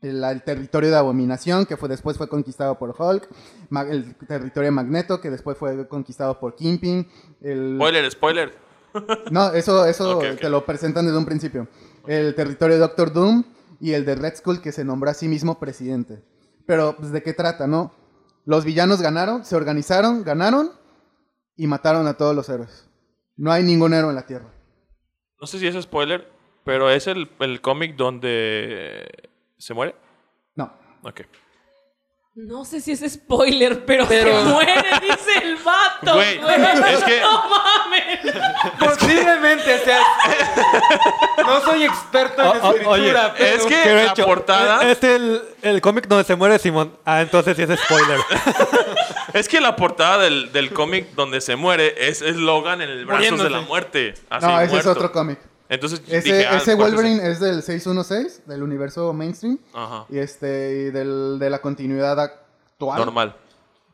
D: el- el territorio de Abominación, que fue, después fue conquistado por Hulk, Ma- el territorio de Magneto, que después fue conquistado por Kingpin, el
B: Spoiler, spoiler.
D: no, eso, eso
B: Ok, ok.
D: te lo presentan desde un principio. El territorio de Doctor Doom y el de Red Skull que se nombró a sí mismo presidente. Pero, pues, ¿de qué trata, no? Los villanos ganaron, se organizaron, ganaron y mataron a todos los héroes. No hay ningún héroe en la Tierra.
B: No sé si es spoiler, pero es el, el cómic donde se muere.
D: No.
B: Ok.
F: No sé si es spoiler, pero,
C: Pero-
F: se muere, dice el vato.
B: Güey, es que-
F: No mames.
C: Posiblemente sea. No soy experto en
E: O- o-
C: escritura,
E: oye,
C: pero.
B: es que-
E: ¿Qué
B: la
E: he hecho?
B: portada-
E: Es el, el cómic donde se muere Simón. Ah, entonces sí es spoiler.
B: Es que la portada del, del cómic donde se muere es, es Logan en el brazo de la
C: Muriéndose.
B: muerte. Así,
D: no, ese es
B: muerto.
D: otro cómic.
B: Entonces
D: Ese,
B: dije, ah,
D: ese
B: ¿cuál es ese?
D: Wolverine es del 616, del universo mainstream,
B: Ajá.
D: y, este, y del- de la continuidad actual.
B: Normal.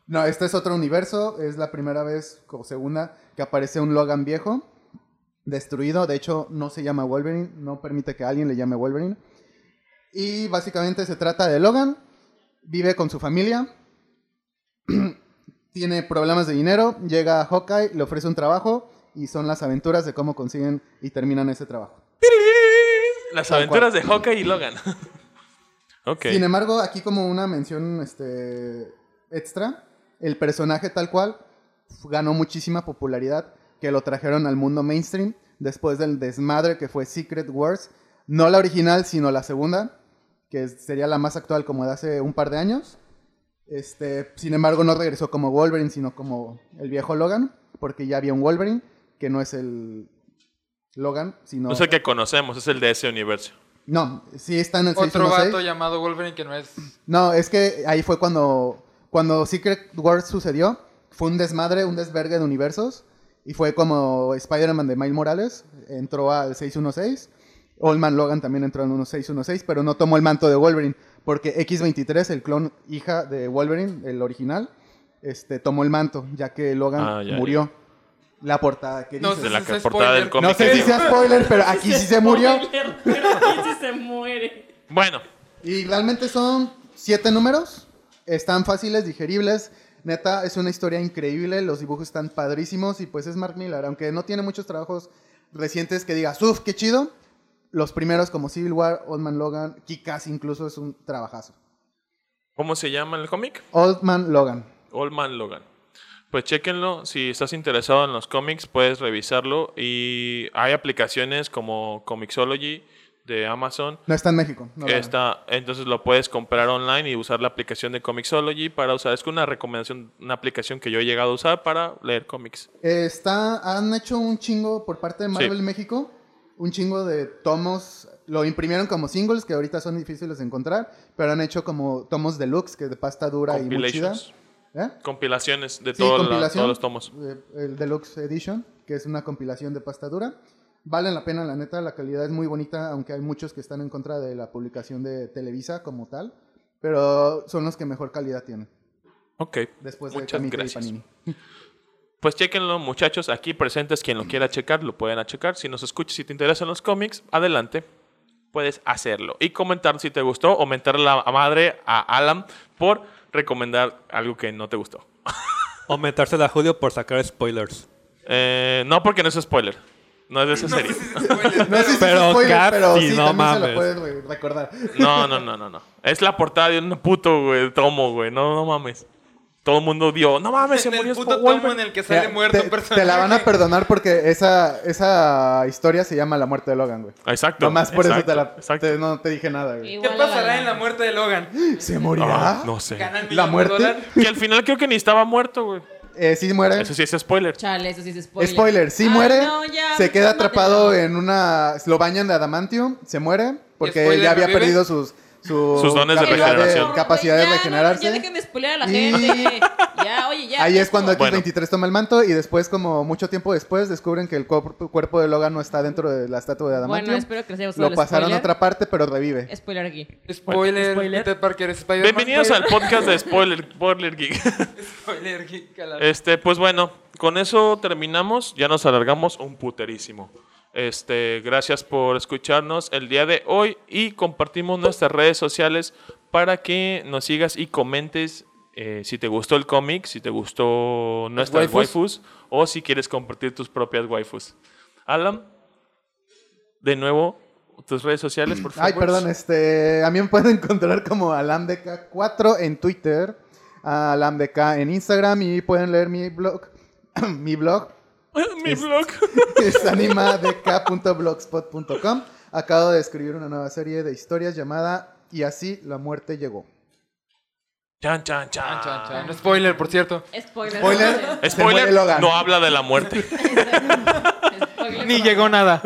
D: No, este es otro universo. Es la primera vez o segunda que aparece un Logan viejo. Destruido. De hecho, no se llama Wolverine. No permite que alguien le llame Wolverine. Y básicamente se trata de Logan. Vive con su familia. Tiene problemas de dinero. Llega a Hawkeye, le ofrece un trabajo. Y son las aventuras de cómo consiguen y terminan ese trabajo.
B: Las
D: Tal cual.
B: aventuras de Hawkeye y Logan. ok.
D: Sin embargo, aquí como una mención este, extra, el personaje tal cual ganó muchísima popularidad que lo trajeron al mundo mainstream después del desmadre que fue Secret Wars, no la original, sino la segunda, que es- sería la más actual como de hace un par de años. Este, sin embargo, no regresó como Wolverine, sino como el viejo Logan, porque ya había un Wolverine que no es el Logan, sino
B: No es el que conocemos, es el de ese universo.
D: No, sí está en el
C: Otro
D: 616.
C: vato llamado Wolverine que no es.
D: No, es que ahí fue cuando, cuando Secret Wars sucedió. Fue un desmadre, un desvergue de universos. Y fue como Spider-Man de Miles Morales entró al 616. Old Man Logan también entró en unos 616, pero no tomó el manto de Wolverine. Porque X-23, el clon hija de Wolverine, el original, este, tomó el manto, ya que Logan
B: Ah, ya,
D: murió. La portada que
C: No
D: dices.
B: De la
C: Ese es
B: portada del
C: spoiler.
B: cómic.
D: No sé
B: que
D: si
B: digo.
D: sea spoiler, pero aquí sí se murió.
F: Spoiler, pero aquí sí se muere.
B: Bueno,
D: Y realmente son siete números. Están fáciles, digeribles. Neta, es una historia increíble. Los dibujos están padrísimos. Y pues es Mark Miller. Aunque no tiene muchos trabajos recientes que digas, uff, qué chido. Los primeros como Civil War, Old Man Logan, Kikas incluso es un trabajazo.
B: ¿cómo se llama el cómic?
D: Old Man Logan.
B: Old Man Logan. Pues chéquenlo, si estás interesado en los cómics puedes revisarlo y hay aplicaciones como Comixology de Amazon
D: No está en México. no
B: que
D: lo-
B: está, entonces lo puedes comprar online y usar la aplicación de Comixology para usar, es una recomendación, una aplicación que yo he llegado a usar para leer cómics.
D: Eh, Está, han hecho un chingo por parte de Marvel
B: Sí.
D: México, un chingo de tomos. Lo imprimieron como singles, que ahorita son difíciles de encontrar, pero han hecho como tomos deluxe, que de pasta dura y muy chida.
B: Compilations,
D: ¿Eh?
B: compilaciones de
D: Sí,
B: todo la-
D: compilación,
B: todos los tomos.
D: eh, El Deluxe Edition, que es una compilación de pasta dura. Valen la pena, la neta, la calidad es muy bonita, aunque hay muchos que están en contra de la publicación de Televisa como tal, pero son los que mejor calidad tienen,
B: Ok,
D: después de
B: muchas
D: Camita y
B: gracias.
D: Panini.
B: Pues chequenlo, muchachos,
D: Mm.
B: aquí presentes, quien lo quiera checar, lo pueden checar. Si nos escuchas, si te interesan los cómics, adelante. puedes hacerlo. Y comentar si te gustó o mentarle la madre a Alan por recomendar algo que no te gustó.
E: O metársela a Julio por sacar spoilers.
B: Eh, no, porque no es spoiler. No es de esa serie.
D: No sé si es
E: Pero
D: spoiler, pero
E: casi,
D: sí,
E: no
D: también se
E: mames.
D: lo puedes re- recordar.
B: No, no, no, no, no. Es la portada de un puto, güey, tomo, güey. No, no mames. Todo el mundo dio, no mames, se
J: En
B: murió
J: el puto
B: Spongebob".
J: tomo en el que
D: O sea,
J: sale muerto
D: te,
J: un
D: te
J: personaje.
D: la van a perdonar porque esa, esa historia se llama La muerte de Logan, güey.
B: Exacto.
D: Nomás por eso te la,
B: exacto, exacto.
D: te- no te dije nada, güey.
J: ¿Qué pasará en la muerte de Logan?
D: ¿Se morirá?
B: Ah, no sé.
J: ¿Ganan
D: ¿La
J: millones de
D: muerte?
J: dólares?
B: Que al final creo que ni estaba muerto, güey.
D: Eh, sí muere.
B: Eso sí es spoiler.
F: Chale, eso sí es spoiler.
D: Spoiler, sí
F: Ay,
D: muere.
F: no, ya,
D: se queda
F: mátenlo.
D: atrapado en una. Lo bañan de adamantium, se muere porque
J: Spoiler,
D: ya había
J: ¿revive?
D: perdido sus. su
B: Sus dones de
D: capacidad
B: regeneración.
D: capacidad
F: Güey,
D: de
F: ya, no,
D: regenerarse.
F: Ya dejen de spoilear a la
D: Y-
F: gente. Ya, oye, ya.
D: Ahí es cuando
B: Bueno.
D: X-23 toma el manto y después, como mucho tiempo después, descubren que el cuerpo, cuerpo de Logan no está dentro de la estatua de Adamantium.
F: Bueno, espero que les haya gustado
D: Lo
F: el
D: pasaron a
F: spoiler.
D: otra parte, pero revive.
F: Spoiler aquí.
C: Spoiler,
F: Spoiler.
C: Peter Parker es Spider-Man.
B: Bienvenidos al podcast de Spoiler, spoiler Geek.
J: Spoiler, geek, a la-
B: Este, pues bueno, con eso terminamos. Ya nos alargamos un puterísimo. Este, gracias por escucharnos el día de hoy y compartimos nuestras redes sociales para que nos sigas y comentes eh, si te gustó el cómic, si te gustó nuestras waifus.
C: waifus.
B: o si quieres compartir tus propias waifus. Alan, de nuevo, tus redes sociales, por favor.
D: Ay, perdón, este, a mí me pueden encontrar como alamdk4 en Twitter, alamdk en Instagram y pueden leer mi blog, mi blog
B: Mi blog.
D: es animadk.blogspot.com. Acabo de escribir una nueva serie de historias llamada Y así la muerte llegó.
B: Chan, chan, chan.
C: Chan, chan, chan. Spoiler, por cierto.
D: Spoiler.
F: Spoiler. Spoiler.
D: Se muere
B: Spoiler,
D: Logan.
B: no habla de la muerte.
F: Spoiler.
C: Ni llegó nada.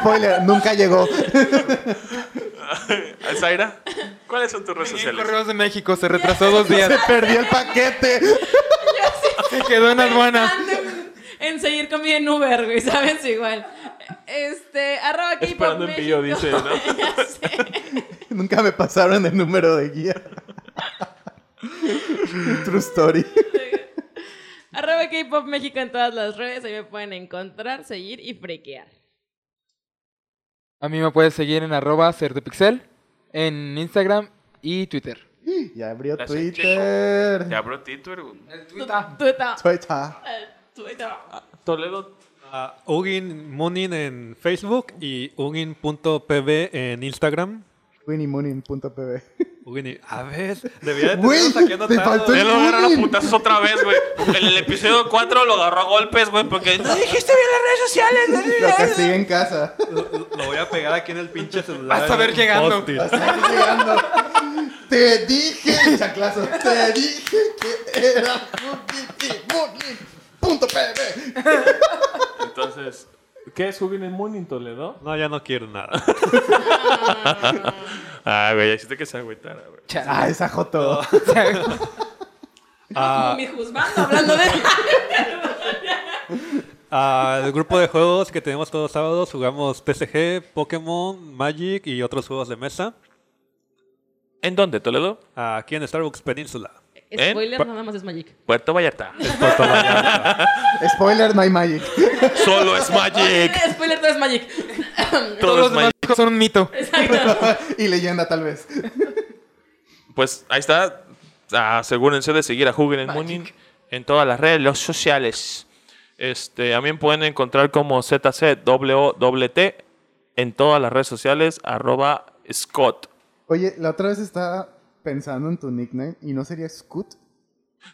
D: Spoiler, nunca llegó.
B: Zaira, ¿cuáles son tus redes
C: En
B: sociales?
C: Correos de México se retrasó dos días.
D: Se perdió el paquete.
C: Se quedó en aduana.
F: Anden En seguir con mi en Uber, güey, ¿sabes? Igual. Este, arroba aquí
B: Esperando en pillo, dice, ¿no?
F: Ya sé.
D: Nunca me pasaron el número de guía. True story.
F: Arroba K-Pop México en todas las redes, ahí me pueden encontrar, seguir y frequear.
C: A mí me puedes seguir en arroba cerdepixel, en Instagram y Twitter.
D: Ya abrió
B: Gracias,
D: Twitter.
B: Te abro Twitter. güey.
F: Tuta.
D: Twitter.
F: Tuta.
B: Toledo.
E: A Ugin Munin en Facebook y Ugin.pb en Instagram.
D: winniemunin.pb.
E: Ugin y- a ver, debía de
D: Güey,
E: tenerlos aquí
D: te
E: anotados.
D: faltó el-
B: Ya lo agarraron a
D: bullying.
B: putazos otra vez, güey. Porque en el episodio 4 lo agarró a golpes, güey. Porque no dijiste bien las redes sociales. no dijiste
D: Lo
B: bien".
D: castigué en casa.
E: Lo, lo voy a pegar aquí en el pinche celular.
J: Vas a ver
E: en
J: llegando.
E: post-it.
D: Estás llegando. Te dije, chaclazo, te dije que era winniemunin.pb.
B: Entonces, ¿qué es Hugin en Mooning, Toledo?
E: No, ya no quiero nada.
B: Ah, güey, ya hiciste que se agüitara, güey.
D: Ah, esa joto.
E: Ah,
F: Mi juzgando hablando de.
E: Al grupo de juegos que tenemos todos los sábados jugamos TCG, Pokémon, Magic y otros juegos de mesa
B: ¿En dónde, Toledo?
E: aquí en Starbucks Península.
B: ¿Eh?
F: Spoiler,
B: Pa-
F: nada más es Magic.
B: Puerto Vallarta.
D: Spoiler, no hay magic.
B: Solo es Magic.
F: Spoiler, todo es Magic.
B: Todo es Magic.
C: Son un mito.
D: y leyenda, tal vez.
B: Pues ahí está. Asegúrense de seguir a Hugin en Mooning en todas las redes sociales. Este, también pueden encontrar como ZZWWT en todas las redes sociales, arroba Scott.
D: Oye, la otra vez estaba pensando en tu nickname y no sería Scoot.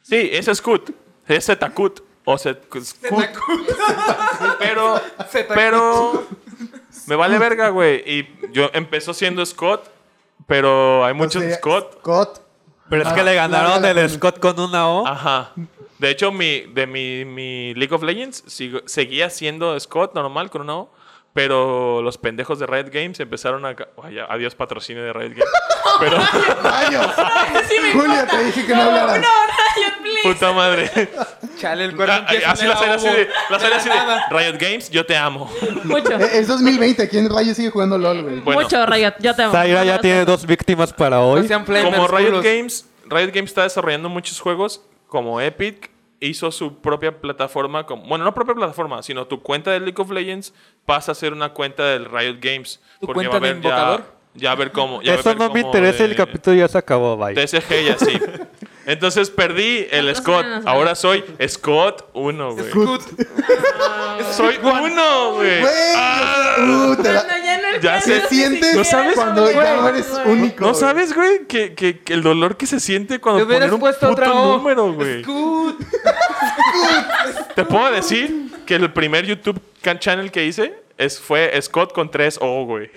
B: Sí, es Scoot. Es Zcut. O Zcut. Pero, pero me vale verga, güey. Y yo empezó siendo Scott, pero hay muchos
D: Entonces,
B: Scott.
D: Scott.
E: Pero es
D: Ah,
E: que le ganaron
D: larga la
E: el
D: pena.
E: Scott con una O.
B: Ajá. De hecho, mi, de mi, mi League of Legends sigo- seguía siendo Scott normal con una O, pero los pendejos de Riot Games empezaron a... ca- Vaya, adiós patrocinio de Riot Games. Pero,
D: ¡Rayos!
F: Sí, me
D: Julia,
F: importa.
D: te dije que no
F: No,
D: hablaras.
F: Ryan, please.
B: puta madre.
C: Chale, el cuerpo
B: Ah,
C: empieza
B: Así
C: en
B: la serie,
C: la
B: así
C: O.
B: de... La serie
C: la
B: así de...
C: nada.
B: Riot Games, yo te amo.
F: Mucho.
D: Eh, Es 2020, ¿quién rayos sigue jugando LOL, güey?
B: Bueno.
F: Mucho, Riot. Yo te amo.
E: Zaira ya
F: Yo te
E: tiene
F: amo.
E: dos víctimas para
C: No
E: hoy.
C: sean flamers,
B: como Riot
C: culos.
B: Games, Riot Games está desarrollando muchos juegos como Epic hizo su propia plataforma, con, bueno, no propia plataforma, sino tu cuenta de League of Legends pasa a ser una cuenta del Riot Games.
K: ¿Tu cuenta de invocador?
B: Ya, ya a ver cómo. ya va a
E: Eso
B: ver
E: no me
B: cómo
E: interesa, el
B: de-
E: capítulo ya se acabó, bye.
B: TSG y así. Entonces perdí el
F: No,
B: Scott.
F: no, no.
B: Ahora soy Scott 1, güey.
C: Scoot.
B: Soy uno, güey.
D: Güey,
B: Ah,
D: o sea, uh, te da-
F: Cuando ya no
B: Ya
F: alcanzas
B: se
F: ni
D: te sientes
F: siquiera
D: cuando
F: son
D: ya
F: iguales,
D: eres
F: güey.
D: único.
B: ¿No
D: güey.
B: sabes, güey? Que, que, que el dolor que se siente
C: Te
B: cuando
C: hubieras
B: poner un
C: puesto
B: puto
C: otra O.
B: número, güey.
C: Scoot.
B: Te puedo decir que el primer YouTube can- channel que hice es, fue Scott con 3 O, güey.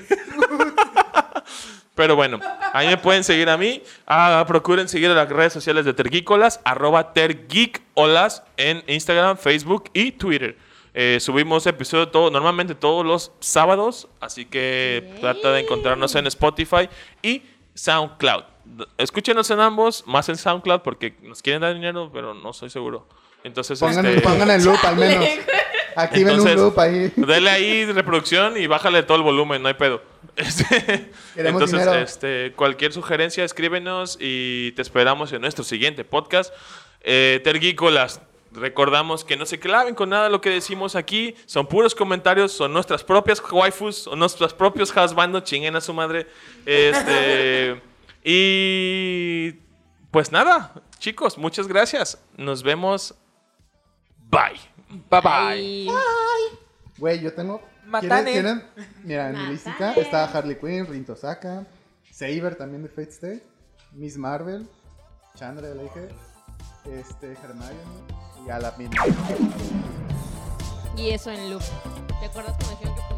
B: Pero bueno, ahí me pueden seguir a mí. Ah, procuren seguir a las redes sociales de Tergícolas, arroba Tergícolas en Instagram, Facebook y Twitter. Eh, subimos episodio todo, normalmente todos los sábados, así que trata de encontrarnos en Spotify y SoundCloud. D- Escúchenos en ambos, más en SoundCloud porque nos quieren dar dinero, pero no soy seguro. Entonces,
D: Pongan,
B: este,
D: pongan el loop al menos.
F: Chale,
D: Activen
B: Entonces,
D: un loop ahí.
B: Dale ahí reproducción y bájale todo el volumen, no hay pedo. Este,
D: Queremos
B: Entonces,
D: dinero.
B: este, cualquier sugerencia, escríbenos y te esperamos en nuestro siguiente podcast. Eh, Tergícolas, recordamos que no se claven con nada lo que decimos aquí. Son puros comentarios, son nuestras propias waifus, son nuestros propios hasbandos, chinguen a su madre. Este, y pues nada, chicos, muchas gracias. Nos vemos. Bye.
K: Bye bye.
F: Ay.
D: Güey, yo tengo.
C: Matane.
D: ¿Quieren? quieren? Mira, en mi
F: Matane.
D: lista está Harley Quinn, Rinto Saka, Saber también de Fate State, Miss Marvel, Chandra de la hija, este, Hermione y a la misma.
F: Y eso en loop. ¿Te acuerdas cuando dijeron que